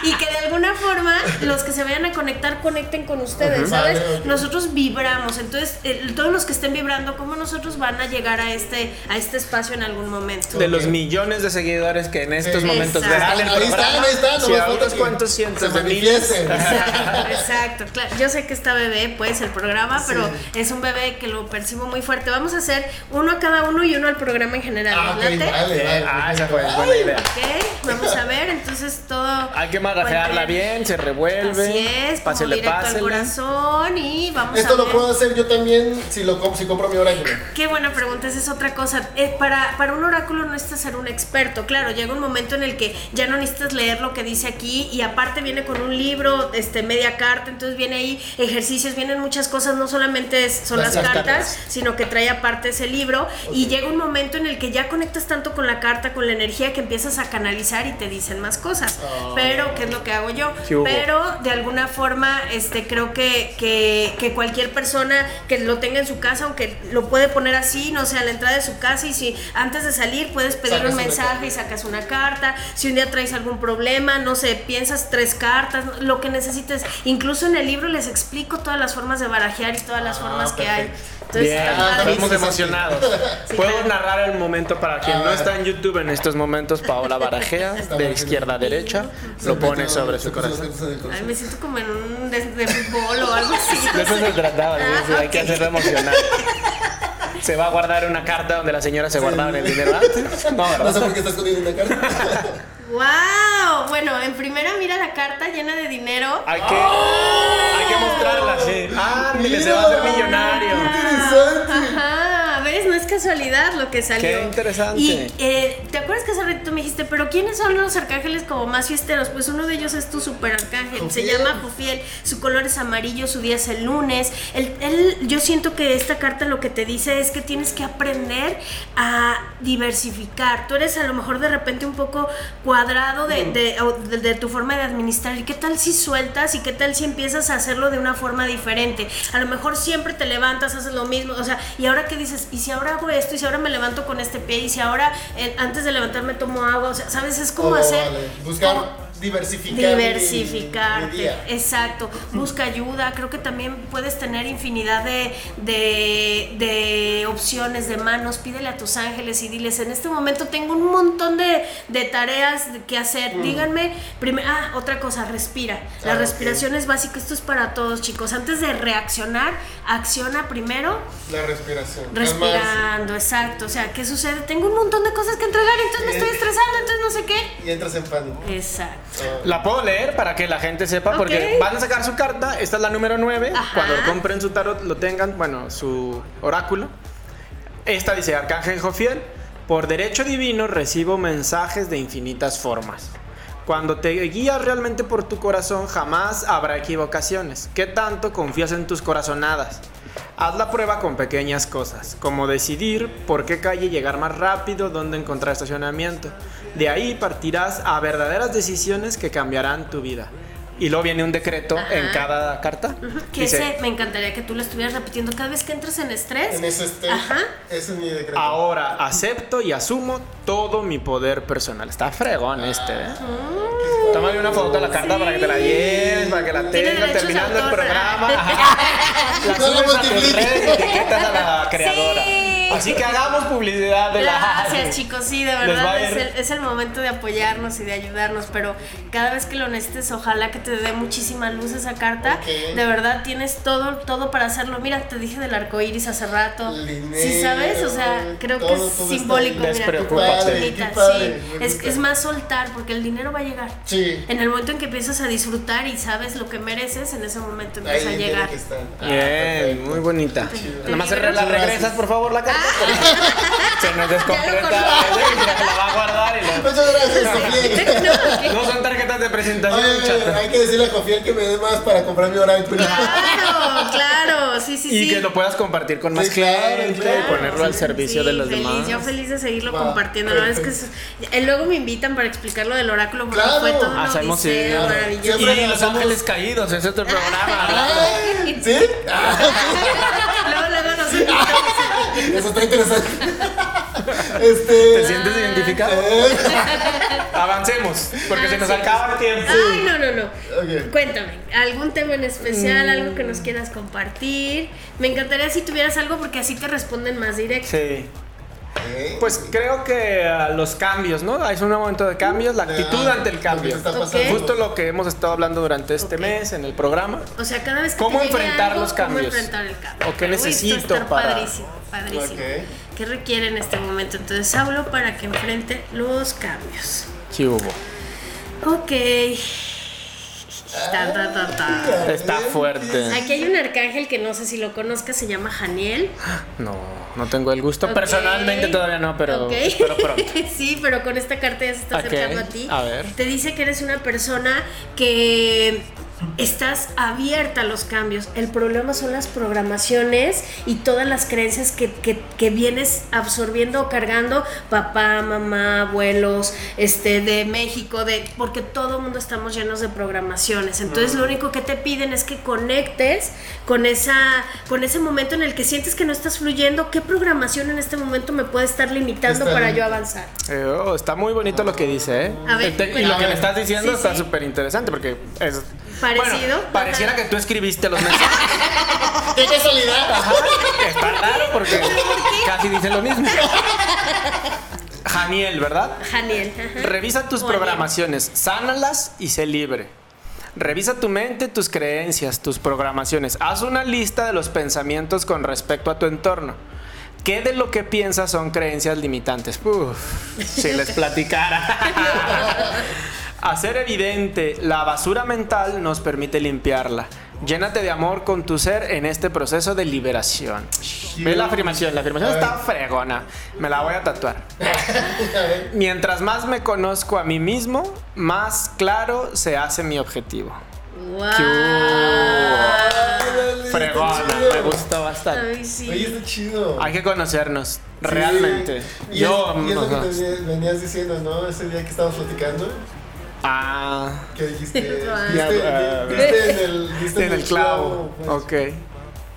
Speaker 4: y que de alguna forma los que se vayan a conectar conecten con ustedes,
Speaker 2: Ujú.
Speaker 4: ¿sabes?
Speaker 2: Vale, ok.
Speaker 4: Nosotros vibramos, entonces eh, todos los que estén vibrando, ¿cómo nosotros van a llegar a este, a este espacio en algún momento?
Speaker 3: De los millones de seguidores que en estos
Speaker 2: Sí.
Speaker 3: momentos
Speaker 4: Exacto.
Speaker 3: verán el
Speaker 2: Ahí están,
Speaker 3: programa,
Speaker 2: ahí están,
Speaker 3: si
Speaker 2: nomás
Speaker 3: a
Speaker 2: falta
Speaker 3: unos
Speaker 2: que
Speaker 3: cuantos
Speaker 2: se
Speaker 3: cientos de miles.
Speaker 2: manifiesten.
Speaker 4: Exacto, exacto, claro. Yo sé que está bebé, pues, el programa, pero es un bebé que lo percibo muy fuerte. Vamos a hacer uno a cada uno y uno al programa en general.
Speaker 2: Ah, ok,
Speaker 3: eh,
Speaker 4: ¿Les late?
Speaker 2: vale, vale.
Speaker 3: Ah, esa fue buena idea.
Speaker 4: Ok, vamos a ver, entonces todo...
Speaker 3: Hay que masajearla
Speaker 4: encuentren.
Speaker 3: bien, se revuelve.
Speaker 4: Así es, como
Speaker 3: pásele,
Speaker 4: directo
Speaker 3: pásele.
Speaker 4: al corazón y vamos
Speaker 2: Esto
Speaker 4: a ver.
Speaker 2: lo puedo hacer yo también si, lo comp- si compro mi oráculo.
Speaker 4: Qué buena pregunta, esa es otra cosa. Eh, para, para un oráculo no necesitas ser un experto, claro, llega un momento en el que ya no necesitas leer lo que dice aquí y aparte viene con un libro, este, media carta, entonces viene ahí ejercicios, vienen muchas cosas, no solamente es- son
Speaker 2: Las-
Speaker 4: las,
Speaker 2: las
Speaker 4: cartas,
Speaker 2: cartas.
Speaker 4: sino que trae aparte ese libro y llega un momento en el que ya conectas tanto con la carta, con la energía que empiezas a canalizar y te dicen más cosas.
Speaker 2: Ah.
Speaker 4: Pero, ¿qué es lo que hago yo?
Speaker 3: ¿Qué hubo?
Speaker 4: Pero pero de alguna forma este creo que, que, que cualquier persona que lo tenga en su casa, aunque lo puede poner así, no sé, a la entrada de su casa y si antes de salir puedes pedir
Speaker 2: Sacas
Speaker 4: un
Speaker 2: una carta.
Speaker 4: mensaje y sacas una carta, si un día traes algún problema, no sé, piensas tres cartas, lo que necesites. Incluso en el libro les explico todas las formas de barajear y todas las
Speaker 2: Ah,
Speaker 4: formas
Speaker 2: perfecto.
Speaker 4: que hay. Entonces,
Speaker 3: Bien,
Speaker 4: está
Speaker 2: Ah,
Speaker 4: padrísimo.
Speaker 2: también
Speaker 3: estamos
Speaker 2: sí, sí, sí.
Speaker 3: emocionados.
Speaker 4: Sí,
Speaker 3: Puedo
Speaker 4: claro.
Speaker 3: narrar el momento para quien
Speaker 2: A
Speaker 3: no
Speaker 2: ver.
Speaker 3: está en YouTube en estos momentos. Paola barajea de
Speaker 2: bien.
Speaker 3: izquierda a derecha, lo pone sobre su corazón.
Speaker 4: Ay, me siento como en un de, de fútbol o algo así. no
Speaker 3: De eso
Speaker 4: sé.
Speaker 3: se trataba, sí, sí,
Speaker 4: Ah,
Speaker 3: hay que
Speaker 4: ok.
Speaker 3: hacerlo emocional. Se va a guardar una carta donde la señora se guardaba el dinero antes. No,
Speaker 2: No sé
Speaker 3: ¿verdad?
Speaker 2: por qué estás escondiendo una carta.
Speaker 4: ¡Wow! Bueno, en primera mira la carta llena de dinero. ¡Oh!
Speaker 3: Hay que, hay que mostrarla, sí. Ah, mire, se va a hacer
Speaker 2: Mira.
Speaker 3: millonario.
Speaker 2: Interesante.
Speaker 4: Ajá, ¿ves? No es casualidad lo que salió.
Speaker 3: Qué interesante.
Speaker 4: Y, eh, ¿te acuerdas que hace ratito tú me dijiste, pero quiénes son los arcángeles como más fiesteros? Pues uno de ellos es tu super arcángel, se
Speaker 2: Jofiel.
Speaker 4: llama Jofiel, su color es amarillo, su día es el lunes. Él- él- yo siento que esta carta lo que te dice es que tienes que aprender a diversificar. Tú eres a lo mejor de repente un poco cuadrado de, de- o de- de tu forma de administrar. ¿Y qué tal si sueltas y qué tal si empiezas a hacerlo de una forma diferente? A lo mejor siempre te levantas, haces lo mismo, o sea, y ahora qué dices, y si ahora hago esto, y si ahora me levanto con este pie, y si ahora eh, antes de levantarme tomo agua, o sea, ¿sabes? Es como
Speaker 2: Oh,
Speaker 4: hacer...
Speaker 2: vale. Buscar
Speaker 4: como-
Speaker 2: diversificar. mi- mi
Speaker 4: diversificarte.
Speaker 2: día.
Speaker 4: Exacto. Busca ayuda. Creo que también puedes tener infinidad de, de, de opciones, de manos. Pídele a tus ángeles y diles, en este momento tengo un montón de, de tareas que hacer. Díganme, primero, ah, otra cosa, respira. La
Speaker 2: Ah, Mm. ok.
Speaker 4: respiración es básica. Esto es para todos, chicos. Antes de reaccionar, acciona primero
Speaker 2: La respiración. calmarse.
Speaker 4: respirando. Exacto. O sea, ¿qué sucede? Tengo un montón de cosas que entregar, entonces me estoy estresando, entonces no sé qué.
Speaker 2: Y entras en pánico.
Speaker 4: Exacto.
Speaker 3: La puedo leer para que la gente sepa, porque
Speaker 4: Ok.
Speaker 3: van a sacar su carta. Esta es la número 9.
Speaker 4: Ajá.
Speaker 3: Cuando compren su tarot, lo tengan, bueno, su oráculo. Esta dice: Arcángel Jofiel, por derecho divino recibo mensajes de infinitas formas. Cuando te guías realmente por tu corazón, jamás habrá equivocaciones. ¿Qué tanto confías en tus corazonadas? Haz la prueba con pequeñas cosas, como decidir por qué calle llegar más rápido, dónde encontrar estacionamiento. De ahí partirás a verdaderas decisiones que cambiarán tu vida. Y luego viene un decreto
Speaker 4: Ajá.
Speaker 3: en cada carta.
Speaker 4: Que ese me encantaría que tú lo estuvieras repitiendo cada vez que entres en estrés.
Speaker 2: En ese este.
Speaker 4: Ajá.
Speaker 2: Ese es mi decreto.
Speaker 3: Ahora acepto y asumo todo mi poder personal. Está fregón este, ¿eh?
Speaker 2: Mm.
Speaker 3: Tómale una foto a la carta para que te la lleves, para que la
Speaker 4: Tiene
Speaker 3: tengas
Speaker 4: derechos
Speaker 3: terminando
Speaker 4: de
Speaker 3: el
Speaker 4: autor.
Speaker 3: programa. Ajá. La
Speaker 2: No lo
Speaker 3: subes a tus
Speaker 2: multipliques.
Speaker 3: redes y etiquetas a la creadora.
Speaker 4: Sí.
Speaker 3: Así que hagamos publicidad de la.
Speaker 4: Gracias chicos, sí, de
Speaker 3: Les va
Speaker 4: verdad
Speaker 3: a
Speaker 4: es
Speaker 3: ir-
Speaker 4: el, es el momento de apoyarnos y de ayudarnos, pero cada vez que lo necesites, ojalá que te dé muchísima luz esa carta.
Speaker 2: Ok.
Speaker 4: De verdad tienes todo, todo para hacerlo. Mira, te dije del arco iris hace rato.
Speaker 2: El dinero,
Speaker 4: sí, sabes, o sea, creo que
Speaker 2: todo,
Speaker 4: es
Speaker 2: todo está
Speaker 4: simbólico.
Speaker 2: bien.
Speaker 4: Mira, tu
Speaker 3: Despreocúpate.
Speaker 4: cartita,
Speaker 2: Qué padre,
Speaker 4: sí.
Speaker 2: me
Speaker 4: Es,
Speaker 2: gusta.
Speaker 4: es más soltar, porque el dinero va a llegar.
Speaker 2: Sí.
Speaker 4: En el momento en que empiezas a disfrutar y sabes lo que mereces, en ese momento
Speaker 2: Ahí
Speaker 4: empieza a
Speaker 2: tiene
Speaker 4: llegar.
Speaker 2: que estar. Ah,
Speaker 3: Bien,
Speaker 2: perfecto.
Speaker 3: muy bonita. Nomás re- la
Speaker 2: Gracias.
Speaker 3: regresas, por favor, la
Speaker 4: Ah.
Speaker 3: carta. Se nos descompleta. La va a guardar y la-
Speaker 2: Muchas gracias, Sofía.
Speaker 3: No son tarjetas de presentación,
Speaker 2: Oye,
Speaker 3: chata.
Speaker 2: hay que decirle a Jofiel que me dé más para comprar mi oráculo.
Speaker 4: Claro, claro, sí, sí,
Speaker 3: Y
Speaker 4: sí.
Speaker 3: que lo puedas compartir con más
Speaker 2: Sí, claro,
Speaker 3: gente
Speaker 2: claro.
Speaker 3: y ponerlo al servicio
Speaker 4: Sí,
Speaker 3: de los
Speaker 4: feliz,
Speaker 3: demás.
Speaker 4: Yo feliz de seguirlo
Speaker 2: Va,
Speaker 4: compartiendo. La verdad es que es- eh, luego me invitan para explicar lo del oráculo porque
Speaker 2: Claro.
Speaker 4: fue todo una
Speaker 3: Hacemos
Speaker 4: odisea
Speaker 3: sí, claro.
Speaker 4: maravillosa.
Speaker 2: Siempre
Speaker 3: Y Los
Speaker 2: hacemos-
Speaker 3: Ángeles Caídos, ese es otro programa.
Speaker 2: Ay, ¿Sí? Ah,
Speaker 4: luego, luego nos invitan.
Speaker 2: eso está interesante. Este.
Speaker 3: ¿Te sientes identificado?
Speaker 2: Eh,
Speaker 3: Avancemos,
Speaker 4: Ah,
Speaker 3: porque se nos acaba el tiempo.
Speaker 4: Ay, no, no, no.
Speaker 2: Ok.
Speaker 4: Cuéntame, ¿algún tema en especial, algo que
Speaker 3: Mm.
Speaker 4: nos quieras compartir? Me encantaría si tuvieras algo porque así te responden más directo.
Speaker 3: Sí.
Speaker 2: Eh,
Speaker 3: Pues creo que ah, los cambios, ¿no? Es un momento de cambios, la actitud
Speaker 2: ah,
Speaker 3: ante el
Speaker 2: lo
Speaker 3: cambio.
Speaker 2: que te está
Speaker 4: Ok.
Speaker 2: pasando.
Speaker 3: Justo lo que hemos estado hablando durante este
Speaker 4: Ok.
Speaker 3: mes en el programa.
Speaker 4: O sea, cada vez que
Speaker 3: ¿Cómo
Speaker 4: te llegue
Speaker 3: enfrentar
Speaker 4: algo,
Speaker 3: los
Speaker 4: ¿Cómo
Speaker 3: cambios?
Speaker 4: enfrentar el cambio?
Speaker 3: ¿O qué
Speaker 4: Uy, esto
Speaker 3: necesito
Speaker 4: está
Speaker 3: para-
Speaker 4: Padrísimo, padrísimo.
Speaker 2: Ok.
Speaker 4: ¿Qué requiere en este momento? Entonces, hablo para que enfrente los cambios.
Speaker 3: Sí hubo.
Speaker 4: Ok. Ta, ta, ta, ta.
Speaker 3: Está fuerte.
Speaker 4: Aquí hay un arcángel que no sé si lo conozcas, se llama Janiel.
Speaker 3: No, no tengo el gusto.
Speaker 4: Ok.
Speaker 3: Personalmente todavía no, pero
Speaker 4: Ok.
Speaker 3: espero pronto.
Speaker 4: sí, pero con esta carta ya se está
Speaker 3: Ok,
Speaker 4: acercando a ti.
Speaker 3: a ver.
Speaker 4: Te dice que eres una persona que estás abierta a los cambios. El problema son las programaciones y todas las creencias que, que- que vienes absorbiendo o cargando, papá, mamá, abuelos, este, de México, de. porque todo el mundo estamos llenos de programaciones. Entonces lo único que te piden es que conectes con esa, con ese momento en el que sientes que no estás fluyendo, qué programación en este momento me puede estar limitando
Speaker 2: Está
Speaker 4: para
Speaker 2: bien.
Speaker 4: yo avanzar.
Speaker 3: Eh, oh, está muy bonito lo que dice, ¿eh?
Speaker 4: A ver,
Speaker 3: El te- y
Speaker 4: bueno,
Speaker 3: lo
Speaker 4: a
Speaker 3: que
Speaker 4: ver.
Speaker 3: le estás diciendo
Speaker 4: Sí,
Speaker 3: está
Speaker 4: sí.
Speaker 3: súper interesante porque es.
Speaker 4: Parecido,
Speaker 3: Bueno, pareciera
Speaker 4: ajá.
Speaker 3: que tú escribiste los mensajes.
Speaker 2: ¡Qué casualidad!
Speaker 3: Ajá, está raro porque casi dice lo mismo. Janiel, ¿verdad?
Speaker 4: Janiel. ajá.
Speaker 3: Revisa tus
Speaker 4: Janiel.
Speaker 3: programaciones, sánalas y sé libre. Revisa tu mente, tus creencias, tus programaciones. Haz una lista de los pensamientos con respecto a tu entorno. ¿Qué de lo que piensas son creencias limitantes? Uf, si les platicara. Hacer evidente la basura mental nos permite limpiarla. Llénate de amor con tu ser en este proceso de liberación. Ve la afirmación, la afirmación está fregona. Me la voy a tatuar. Mientras más me conozco a mí mismo, más claro se hace mi objetivo.
Speaker 4: Wow.
Speaker 3: ¡Qué hubo!
Speaker 2: Órale,
Speaker 3: Fregona,
Speaker 2: está chido.
Speaker 3: me gustó bastante.
Speaker 4: Ay, sí.
Speaker 2: Oye, está chido.
Speaker 3: Hay que conocernos,
Speaker 2: Sí.
Speaker 3: realmente.
Speaker 2: Y
Speaker 3: Yo.
Speaker 2: es, y es lo que
Speaker 3: ajá.
Speaker 2: te venías diciendo, ¿no? Ese día que estábamos platicando,
Speaker 3: Ah,
Speaker 2: que dijiste. Diste,
Speaker 3: Ya,
Speaker 2: di-
Speaker 3: eh,
Speaker 2: diste en el, diste
Speaker 3: en el clavo.
Speaker 2: pues.
Speaker 3: Ok.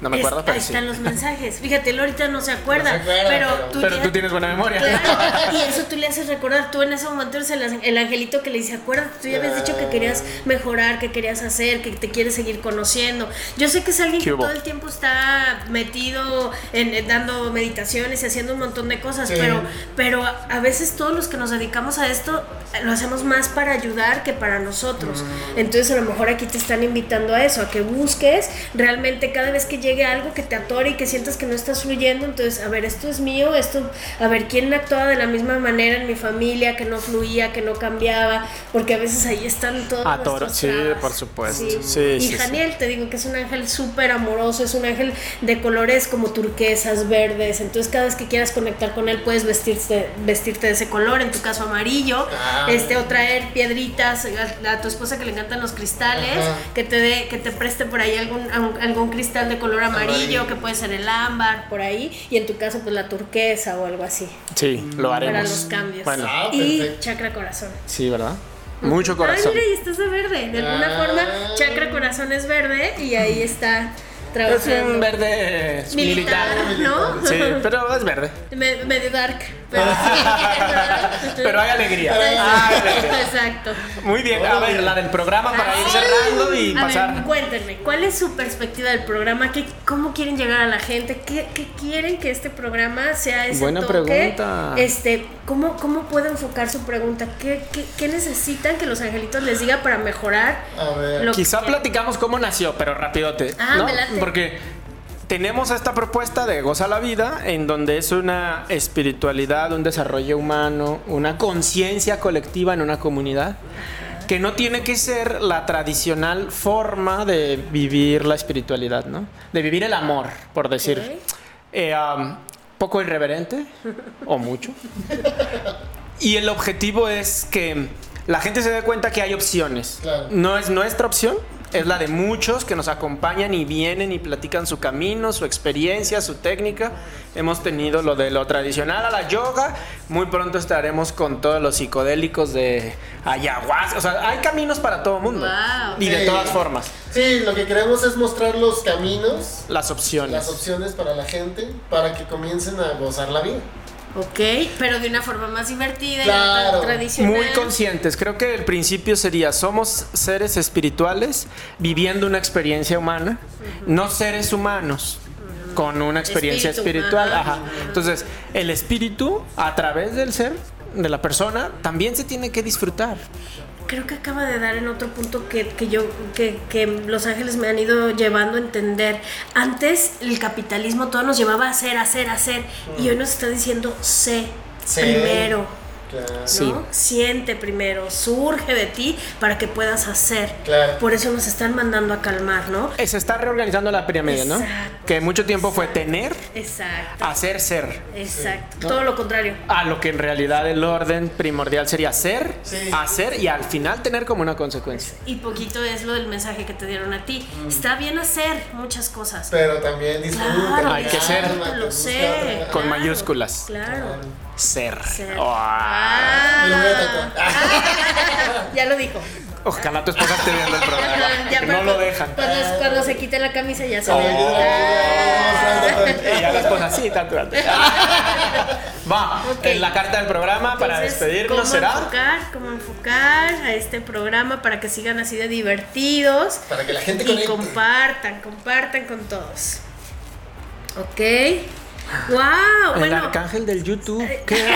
Speaker 3: No me
Speaker 4: Es-
Speaker 3: acuerdo, pero
Speaker 4: ahí
Speaker 3: sí.
Speaker 4: están los mensajes. Fíjate, él ahorita no se acuerda.
Speaker 2: No se acuerda,
Speaker 4: pero,
Speaker 2: pero-
Speaker 4: tú,
Speaker 3: Pero
Speaker 4: ya-
Speaker 3: tú tienes buena memoria.
Speaker 4: Claro, y eso tú le haces recordar. Tú en ese momento eres el, el angelito que le dice: Acuérdate, tú ya habías dicho que querías mejorar, que querías hacer, que te quieres seguir conociendo. Yo sé que es alguien
Speaker 3: ¿Qué
Speaker 4: que
Speaker 3: hubo?
Speaker 4: todo el tiempo está metido en, en dando meditaciones y haciendo un montón de cosas,
Speaker 2: Sí.
Speaker 4: pero, pero a a veces todos los que nos dedicamos a esto eh, lo hacemos más para ayudar que para nosotros. Entonces, a lo mejor aquí te están invitando a eso, a que busques realmente cada vez que llegue algo que te atore y que sientas que no estás fluyendo, entonces, a ver, esto es mío, esto, a ver, ¿quién actuaba de la misma manera en mi familia, que no fluía, que no cambiaba? Porque a veces ahí están todos.
Speaker 3: Ah, toro,
Speaker 4: nuestros
Speaker 3: sí,
Speaker 4: trabas.
Speaker 3: por supuesto.
Speaker 4: Sí.
Speaker 3: Sí,
Speaker 4: y
Speaker 3: sí, sí.
Speaker 4: Janiel, te digo que es un ángel súper amoroso, es un ángel de colores como turquesas, verdes, entonces cada vez que quieras conectar con él puedes vestirte, vestirte de ese color, en tu caso amarillo,
Speaker 2: Ah.
Speaker 4: este, o traer piedritas a, a tu esposa que le encantan los cristales,
Speaker 2: Ajá.
Speaker 4: que te dé, que te preste por ahí algún, algún- algún cristal de color amarillo,
Speaker 2: Amarillo.
Speaker 4: que puede ser el ámbar, por ahí, y en tu caso pues la turquesa o algo así,
Speaker 3: Sí, lo
Speaker 4: para
Speaker 3: haremos.
Speaker 4: los cambios.
Speaker 3: Bueno,
Speaker 2: Ah,
Speaker 4: y
Speaker 2: perfecto.
Speaker 4: chakra corazón.
Speaker 3: sí, ¿verdad? Mucho
Speaker 4: Ah,
Speaker 3: corazón.
Speaker 4: mira, y estás de verde. De alguna
Speaker 2: Ah.
Speaker 4: forma, chakra corazón es verde y ahí está
Speaker 3: Es un
Speaker 4: trabajando.
Speaker 3: verde
Speaker 4: militar,
Speaker 3: militar.
Speaker 4: ¿no?
Speaker 3: Sí, pero es verde.
Speaker 4: Me- medio dark. Pero, sí, ¿verdad?
Speaker 3: Pero hay alegría. Ah,
Speaker 4: Exacto.
Speaker 3: alegría.
Speaker 4: Exacto.
Speaker 3: Muy bien, a ver, la del programa para ir cerrando y
Speaker 4: A
Speaker 3: pasar.
Speaker 4: ver, cuéntenme, ¿cuál es su perspectiva del programa? ¿Qué, ¿Cómo quieren llegar a la gente? ¿Qué, qué quieren que este programa sea ese
Speaker 3: Buena
Speaker 4: toque?
Speaker 3: pregunta.
Speaker 4: Este, ¿cómo, ¿Cómo puedo enfocar su pregunta? ¿Qué, qué, qué necesitan que los angelitos les diga para mejorar?
Speaker 2: A ver.
Speaker 4: Lo-
Speaker 3: Quizá
Speaker 4: que-
Speaker 3: platicamos cómo nació, pero rapidote,
Speaker 4: Ah,
Speaker 3: ¿no?
Speaker 4: me late.
Speaker 3: Porque tenemos esta propuesta de Goza la Vida, en donde es una espiritualidad, un desarrollo humano, una conciencia colectiva en una comunidad, que no tiene que ser la tradicional forma de vivir la espiritualidad, ¿no? De vivir el amor, por decir.
Speaker 4: Ok.
Speaker 3: Eh, um, poco irreverente, o mucho. Y el objetivo es que la gente se dé cuenta que hay opciones.
Speaker 2: Claro.
Speaker 3: No es nuestra opción, es la de muchos que nos acompañan y vienen y platican su camino, su experiencia, su técnica. Hemos tenido lo de lo tradicional a la yoga. Muy pronto estaremos con todos los psicodélicos de ayahuasca. O sea, hay caminos para todo mundo.
Speaker 4: Wow.
Speaker 3: Y de
Speaker 2: Sí.
Speaker 3: todas formas,
Speaker 2: Sí, lo que queremos es mostrar los caminos,
Speaker 3: las opciones.
Speaker 2: las opciones para la gente, para que comiencen a gozar la vida.
Speaker 4: Ok, pero de una forma más divertida, y no
Speaker 2: Claro.
Speaker 4: tan tradicional.
Speaker 3: Muy conscientes. Creo que el principio sería, somos seres espirituales viviendo una experiencia humana, no seres humanos con una experiencia
Speaker 4: Espíritu
Speaker 3: espiritual.
Speaker 4: humano.
Speaker 3: Ajá. Entonces, el espíritu a través del ser, de la persona, también se tiene que disfrutar.
Speaker 4: Creo que acaba de dar en otro punto que, que yo, que, que Los Ángeles me han ido llevando a entender. Antes el
Speaker 2: Mm.
Speaker 4: capitalismo todo nos llevaba a hacer, hacer, hacer. Y hoy nos está diciendo sé
Speaker 2: Sé.
Speaker 4: primero.
Speaker 2: Claro.
Speaker 5: Sí.
Speaker 4: ¿no? Siente primero, surge de ti para que puedas hacer.
Speaker 2: Claro.
Speaker 4: Por eso nos están mandando a calmar, ¿no?
Speaker 3: Eh, Se está reorganizando la pirámide, ¿no?
Speaker 4: Exacto.
Speaker 3: Que mucho tiempo fue tener,
Speaker 4: Exacto.
Speaker 3: hacer, ser.
Speaker 4: Exacto.
Speaker 2: Ah, Sí. No.
Speaker 4: Todo lo contrario.
Speaker 3: A lo que en realidad el orden primordial sería ser,
Speaker 2: Sí.
Speaker 3: hacer y al final tener como una consecuencia.
Speaker 4: Y poquito es lo del mensaje que te dieron a ti. Está bien hacer muchas cosas.
Speaker 2: Pero también disfruta.
Speaker 4: Claro,
Speaker 3: Hay que ser.
Speaker 2: calma,
Speaker 4: Lo
Speaker 2: busca
Speaker 4: sé.
Speaker 2: otra-
Speaker 3: Con
Speaker 4: claro,
Speaker 3: mayúsculas.
Speaker 4: Claro.
Speaker 3: Ser.
Speaker 4: Ser.
Speaker 3: Oh.
Speaker 4: Ah.
Speaker 2: Me lo voy a tatuar.
Speaker 4: ya lo dijo.
Speaker 3: Ojalá tu esposa esté viendo el programa.
Speaker 4: Ajá, ya,
Speaker 3: que
Speaker 4: pero pues,
Speaker 3: no lo
Speaker 4: cu-
Speaker 3: dejan.
Speaker 4: Cuando, es- cuando se quite la camisa ya se
Speaker 3: Oh.
Speaker 4: ve. Ah.
Speaker 3: Y ya la esposa sí, tatuante. Va,
Speaker 4: Ok.
Speaker 3: en la carta del programa para
Speaker 4: Entonces,
Speaker 3: despedirnos
Speaker 4: ¿cómo
Speaker 3: será.
Speaker 4: Enfocar, ¿Cómo enfocar a este programa para que sigan así de divertidos?
Speaker 2: Para que la gente
Speaker 4: Y
Speaker 2: conecte.
Speaker 4: compartan, compartan con todos. Ok. ¡Wow!
Speaker 3: El
Speaker 4: Bueno, Eh,
Speaker 3: arcángel del YouTube. ¿Qué?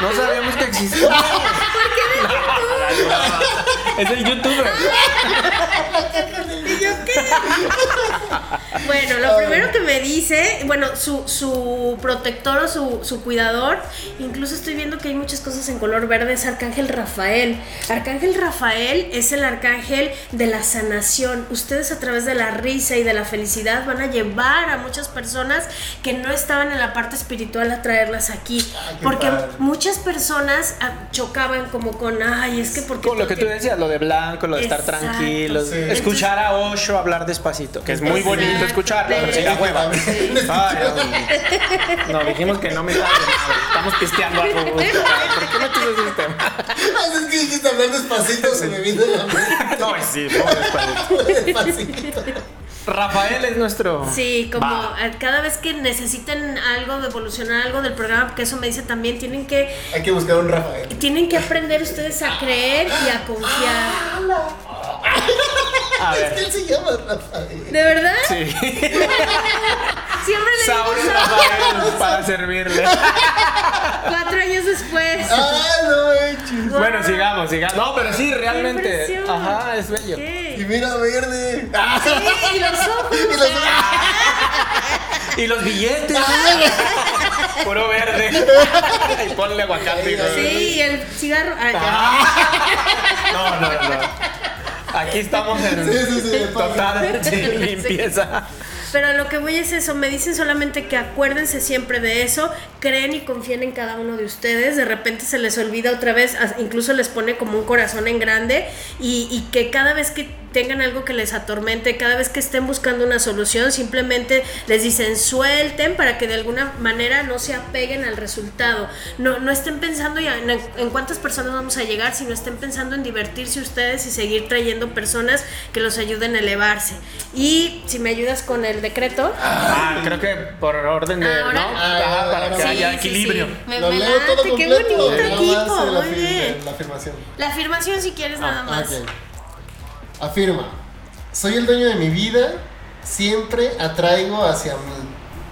Speaker 3: No sabíamos que existía. Es el youtuber.
Speaker 4: Ah, ¿Y yo qué? bueno, lo primero que me dice, bueno, su, su protector o su, su cuidador, incluso estoy viendo que hay muchas cosas en color verde, es Arcángel Rafael. Arcángel Rafael es el arcángel de la sanación. Ustedes a través de la risa y de la felicidad van a llevar a muchas personas que no estaban en la parte espiritual a traerlas aquí.
Speaker 2: Ay, qué
Speaker 4: porque
Speaker 2: padre.
Speaker 4: muchas personas ah, chocaban como con, ay, es que porque...
Speaker 3: Con lo que tú decías, lo de blanco, lo de estar
Speaker 4: Exacto.
Speaker 3: tranquilos.
Speaker 2: Sí.
Speaker 3: Escuchar a Osho hablar despacito, que es muy
Speaker 4: Exacto.
Speaker 3: bonito escucharlo, pero sí da hueva.
Speaker 2: Sí.
Speaker 3: Ay, Dios mío. no, dijimos que no me sabe nada. Estamos pisteando algo. ¿Por qué me quiso ese este tema?
Speaker 2: Ay, Es que dijiste hablar despacito, se me vino la mente.
Speaker 3: No, sí, vamos despacito.
Speaker 2: despacito.
Speaker 3: Rafael es nuestro.
Speaker 4: Sí, como
Speaker 3: Ah, Va.
Speaker 4: eh, cada vez que necesiten algo de evolucionar algo del programa, porque eso me dice también, tienen que,
Speaker 2: Hay que buscar un Rafael.
Speaker 4: tienen que aprender ustedes a creer y a confiar.
Speaker 3: Ah. A
Speaker 2: Es que
Speaker 3: ver.
Speaker 2: él se llama Rafael.
Speaker 4: ¿De verdad?
Speaker 3: Sí.
Speaker 4: Siempre le digo
Speaker 3: Saúl
Speaker 4: eso.
Speaker 3: Rafael para servirle.
Speaker 4: cuatro años después.
Speaker 2: Ah, no, eh, chis.
Speaker 4: Guau.
Speaker 3: Bueno, sigamos, sigamos. No, pero sí,
Speaker 4: Qué
Speaker 3: realmente.
Speaker 4: impresión.
Speaker 3: Ajá, es bello.
Speaker 2: Y
Speaker 4: ¿Qué?
Speaker 2: mira verde. Ah,
Speaker 4: Sí, y los ojos.
Speaker 2: y los-
Speaker 3: Y los billetes. Puro verde. y ponle aguacate. ¿no?
Speaker 4: Sí, y el cigarro. Ah, ya.
Speaker 3: No, no, no. Aquí estamos en
Speaker 2: Sí, sí, sí,
Speaker 3: total sí, limpieza.
Speaker 4: Pero a lo que voy es eso, me dicen solamente que acuérdense siempre de eso, creen y confíen en cada uno de ustedes, de repente se les olvida otra vez, as- incluso les pone como un corazón en grande y, y que cada vez que tengan algo que les atormente, cada vez que estén buscando una solución, simplemente les dicen suelten para que de alguna manera no se apeguen al resultado, no, no estén pensando ya en, en cuántas personas vamos a llegar, sino estén pensando en divertirse ustedes y seguir trayendo personas que los ayuden a elevarse. Y si me ayudas con el decreto.
Speaker 3: Ah, creo que por orden de.
Speaker 4: Ahora.
Speaker 3: ¿no? Ajá, para que
Speaker 4: Sí,
Speaker 3: haya
Speaker 4: sí,
Speaker 3: equilibrio.
Speaker 4: sí. Me,
Speaker 2: Ah, Lo
Speaker 4: me
Speaker 2: leo todo
Speaker 4: late, qué
Speaker 2: completo,
Speaker 4: bonito
Speaker 2: nada más
Speaker 4: equipo,
Speaker 2: la
Speaker 4: muy
Speaker 2: afir-
Speaker 4: bien.
Speaker 2: La afirmación.
Speaker 4: La afirmación si quieres nada
Speaker 2: Ah,
Speaker 4: más.
Speaker 2: ok. Afirma. Soy el dueño de mi vida. Siempre atraigo hacia mí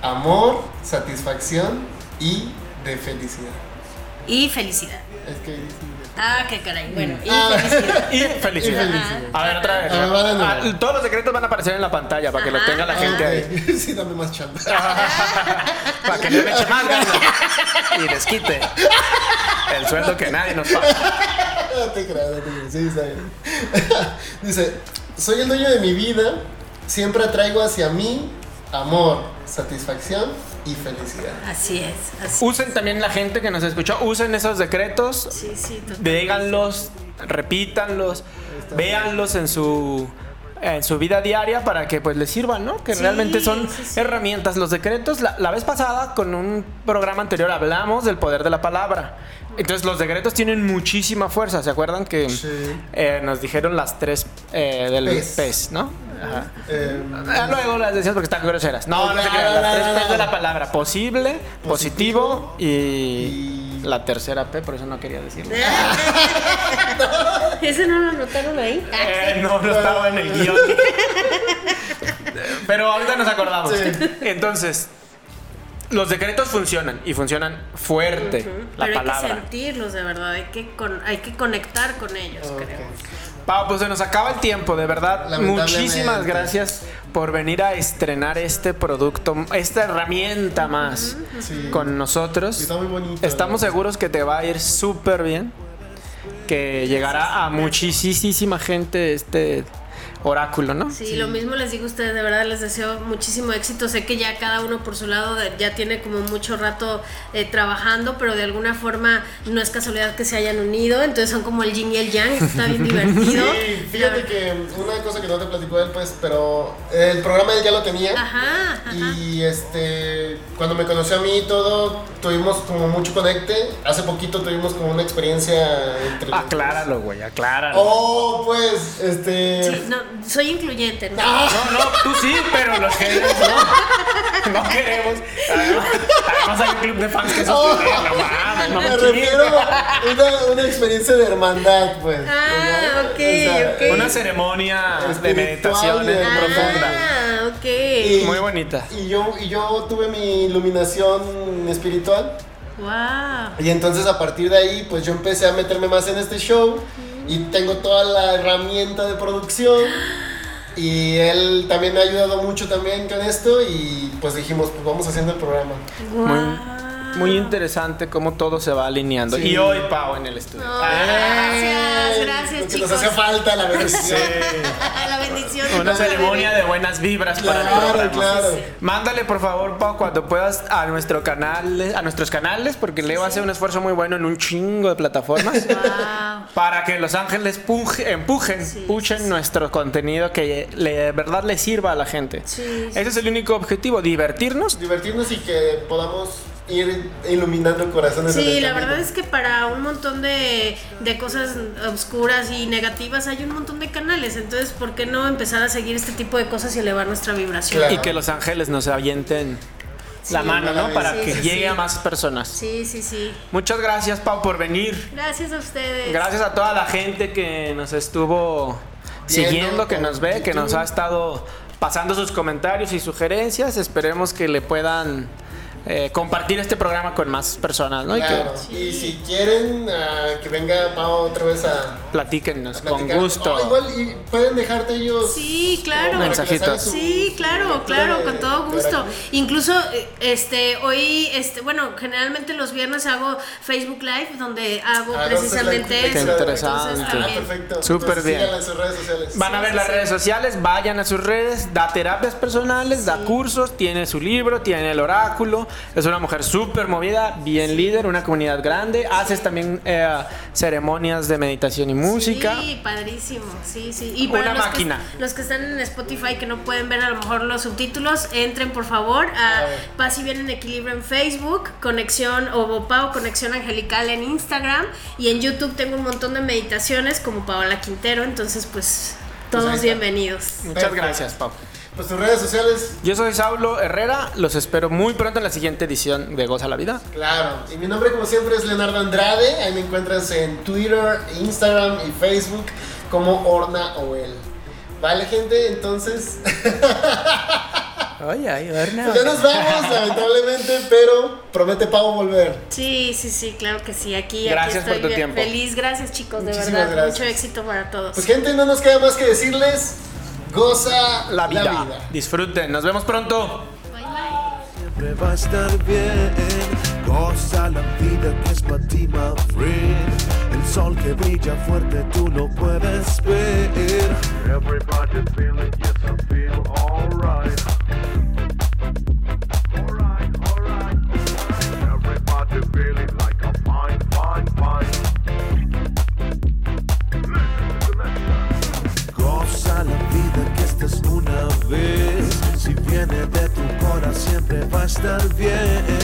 Speaker 2: amor, satisfacción y de felicidad.
Speaker 4: Y felicidad.
Speaker 2: Es que dice-
Speaker 4: Ah, qué caray. Bueno, y
Speaker 2: Ah.
Speaker 4: felicidad. Ah,
Speaker 3: Y
Speaker 2: Y
Speaker 3: felicidad.
Speaker 2: felicidad.
Speaker 3: A ver, otra vez.
Speaker 2: A ver, va de nuevo.
Speaker 3: Ah, Todos los secretos van a aparecer en la pantalla para que lo
Speaker 4: Ajá.
Speaker 3: tenga la
Speaker 2: Ah,
Speaker 3: gente ahí.
Speaker 2: ok. Sí, dame más chamba.
Speaker 3: Para que no le eche más ganas y les quite el sueldo que nadie nos paga.
Speaker 2: No te creas, no te creas. Sí, está bien. Dice, soy el dueño de mi vida, siempre atraigo hacia mí amor, satisfacción y felicidad.
Speaker 4: Así es, así.
Speaker 3: Usen también la gente que nos escuchó, usen esos decretos,
Speaker 4: Sí, sí, total.
Speaker 3: díganlos, repítanlos, véanlos en su en su vida diaria para que pues les sirvan, ¿no? Que
Speaker 4: Sí,
Speaker 3: realmente son
Speaker 4: sí, sí.
Speaker 3: herramientas. Los decretos, la, la vez pasada con un programa anterior hablamos del poder de la palabra. Entonces los decretos tienen muchísima fuerza. ¿Se acuerdan que
Speaker 2: Sí.
Speaker 3: eh, nos dijeron las tres eh, del
Speaker 2: Pes.
Speaker 3: pez, ¿no? Ajá.
Speaker 2: Eh,
Speaker 3: Ah, luego las decías porque están groseras. No, no, te creas,
Speaker 2: No, no,
Speaker 3: Las
Speaker 2: no,
Speaker 3: tres
Speaker 2: no,
Speaker 3: P de
Speaker 2: no.
Speaker 3: la palabra. Posible, positivo y
Speaker 2: y-
Speaker 3: la tercera P, por eso no quería decirlo.
Speaker 4: ¿Ese no lo anotaron ahí?
Speaker 3: Eh, no, no estaba en el guión. Pero ahorita nos acordamos.
Speaker 2: Sí.
Speaker 3: Entonces, los decretos funcionan y funcionan fuerte. La
Speaker 4: Pero hay que
Speaker 3: palabra.
Speaker 4: sentirlos de verdad, hay que, con- hay que conectar con ellos, creo.
Speaker 2: ok.
Speaker 3: Pau, pues se nos acaba el tiempo, de verdad.
Speaker 2: Lamentablemente.
Speaker 3: Muchísimas gracias por venir a estrenar este producto, esta herramienta más
Speaker 2: Sí.
Speaker 3: con nosotros.
Speaker 2: Y Está muy bonito.
Speaker 3: Estamos seguros que te va a ir súper bien, que llegará a muchísima gente este oráculo, ¿no?
Speaker 4: Sí, lo mismo les digo a ustedes, de verdad les deseo muchísimo éxito. Sé que ya cada uno por su lado de- ya tiene como mucho rato eh, trabajando, pero de alguna forma no es casualidad que se hayan unido, entonces son como el yin y el yang, esto está bien divertido.
Speaker 2: Sí, fíjate que una cosa que no te platicó él, pues, pero el programa él ya lo tenía.
Speaker 4: Ajá, ajá.
Speaker 2: Y este, cuando me conoció a mí y todo, tuvimos como mucho conecte. Hace poquito tuvimos como una experiencia entre. los
Speaker 3: Ah,
Speaker 2: dos.
Speaker 3: Acláralo, güey, acláralo.
Speaker 2: Oh, pues, este.
Speaker 4: Sí, no, soy incluyente, ¿no?
Speaker 2: Ah,
Speaker 3: No, no, tú sí, pero los haters no. No queremos. Además, además hay un club de fans que se
Speaker 2: Oh.
Speaker 3: no mames, no
Speaker 2: me
Speaker 3: me
Speaker 2: refiero
Speaker 3: chingues.
Speaker 2: a una, una experiencia de hermandad, pues.
Speaker 4: Ah,
Speaker 2: ¿no?
Speaker 4: ok, ok.
Speaker 3: Una ceremonia de
Speaker 2: Espiritual
Speaker 3: meditación
Speaker 2: y de-
Speaker 3: profunda.
Speaker 4: Ah, ok.
Speaker 2: Y-
Speaker 3: Muy bonita.
Speaker 2: Y yo, y yo tuve mi iluminación espiritual.
Speaker 4: Wow.
Speaker 2: Y entonces a partir de ahí, pues yo empecé a meterme más en este show y tengo toda la herramienta de producción. Y él también me ha ayudado mucho también con esto y pues dijimos, pues vamos haciendo el programa.
Speaker 3: Muy,
Speaker 4: Guau.
Speaker 3: muy interesante cómo todo se va alineando.
Speaker 2: Sí.
Speaker 3: Y hoy Pau en el estudio.
Speaker 4: No, gracias,
Speaker 2: Ay,
Speaker 4: gracias,
Speaker 2: porque
Speaker 4: chicos.
Speaker 2: Nos hace falta la bendición.
Speaker 4: La bendición.
Speaker 3: Una ceremonia de buenas vibras para el
Speaker 2: Claro,
Speaker 3: programa.
Speaker 2: claro.
Speaker 3: Mándale por favor, Pau, cuando puedas a nuestro canal, a nuestros canales, porque Leo hace un esfuerzo muy bueno en un chingo de plataformas.
Speaker 4: Wow.
Speaker 3: Para que Los Ángeles puje- empujen,
Speaker 4: Sí,
Speaker 3: puchen
Speaker 4: sí, sí.
Speaker 3: nuestro contenido que le- de verdad le sirva a la gente.
Speaker 4: Sí, sí.
Speaker 3: Ese es el único objetivo, divertirnos.
Speaker 2: Divertirnos y que podamos ir iluminando corazones. en
Speaker 4: Sí,
Speaker 2: el
Speaker 4: la
Speaker 2: camino.
Speaker 4: verdad es que para un montón de, de cosas oscuras y negativas hay un montón de canales. Entonces, ¿por qué no empezar a seguir este tipo de cosas y elevar nuestra vibración?
Speaker 2: Claro.
Speaker 3: Y que Los Ángeles nos avienten la
Speaker 4: Sí,
Speaker 3: mano, ¿no?
Speaker 2: maravilla.
Speaker 3: Para
Speaker 4: Sí,
Speaker 3: que
Speaker 4: sí,
Speaker 3: llegue
Speaker 4: sí.
Speaker 3: a más personas.
Speaker 4: Sí, sí, sí.
Speaker 3: Muchas gracias, Pau, por venir.
Speaker 4: Gracias a ustedes.
Speaker 3: Gracias a toda la gente que nos estuvo
Speaker 2: Viendo
Speaker 3: siguiendo, que
Speaker 2: por
Speaker 3: nos ve, que nos
Speaker 2: YouTube.
Speaker 3: ha estado pasando sus comentarios y sugerencias. Esperemos que le puedan eh, compartir este programa con más personas, ¿no? Y que-
Speaker 2: Claro. Y si quieren ah, que venga Pao otra vez a
Speaker 3: Platíquennos, con
Speaker 2: platicar.
Speaker 3: gusto.
Speaker 2: Oh, igual y pueden dejarte ellos.
Speaker 4: Sí, claro.
Speaker 2: para que les hagan
Speaker 3: Mensajitos.
Speaker 2: su-
Speaker 4: Sí, claro,
Speaker 2: lectura
Speaker 4: claro,
Speaker 2: de-
Speaker 4: con todo
Speaker 2: de
Speaker 4: gusto.
Speaker 2: Veracruz.
Speaker 4: Incluso, eh, este, hoy, este, bueno, generalmente los viernes hago Facebook Live donde hago
Speaker 2: Ah, entonces la
Speaker 4: precisamente
Speaker 2: encuentran.
Speaker 4: eso.
Speaker 3: Qué interesante.
Speaker 4: Entonces,
Speaker 2: Ah,
Speaker 4: también.
Speaker 2: perfecto.
Speaker 3: Súper
Speaker 2: Entonces,
Speaker 3: bien.
Speaker 2: síganla en sus redes sociales.
Speaker 3: Van a ver las redes sociales, vayan a sus redes, da terapias personales, da cursos, tiene su libro, tiene el oráculo, es una mujer súper movida, bien líder, una comunidad grande, haces también eh, ceremonias de meditación y música.
Speaker 4: Sí, padrísimo. Sí, sí. Y
Speaker 3: Una
Speaker 4: para los
Speaker 3: máquina.
Speaker 4: Que, los que están en Spotify que no pueden ver a lo mejor los subtítulos, entren por favor a Paz y Bien en Equilibrio en Facebook, Conexión Obopao, Conexión Angelical en Instagram y en YouTube tengo un montón de meditaciones como Paola Quintero, entonces pues todos
Speaker 2: ahí está.
Speaker 4: bienvenidos.
Speaker 3: Muchas
Speaker 2: Perfecto.
Speaker 3: gracias, Pau.
Speaker 2: Pues tus redes sociales.
Speaker 3: Yo soy Saulo Herrera, los espero muy pronto en la siguiente edición de Goza la Vida.
Speaker 2: Claro. Y mi nombre, como siempre, es Leonardo Andrade. Ahí me encuentras en Twitter, Instagram y Facebook como Orna Oel. Vale, gente, entonces.
Speaker 3: Ay, ay, Orna.
Speaker 2: ya nos vamos, lamentablemente, pero promete Pavo volver.
Speaker 4: Sí, sí, sí, claro que sí. Aquí, aquí
Speaker 3: Gracias por
Speaker 4: estoy
Speaker 3: tu
Speaker 4: bien
Speaker 3: tiempo.
Speaker 4: feliz. Gracias chicos, de
Speaker 2: Muchísimas
Speaker 4: verdad.
Speaker 2: gracias.
Speaker 4: Mucho éxito para todos.
Speaker 2: Pues, gente, no nos queda más que decirles: goza
Speaker 3: La vida. Disfruten, nos vemos pronto.
Speaker 4: Bye, bye.
Speaker 1: siempre va a estar bien. Goza la vida que es para ti, my friend. El sol que brilla fuerte, tú no puedes ver. Everybody feeling, yes, I feel alright. Alright, alright. Everybody feeling like a fine, fine, fine. Goza la vida que esta es una vez. Si viene de tu corazón siempre va a estar bien.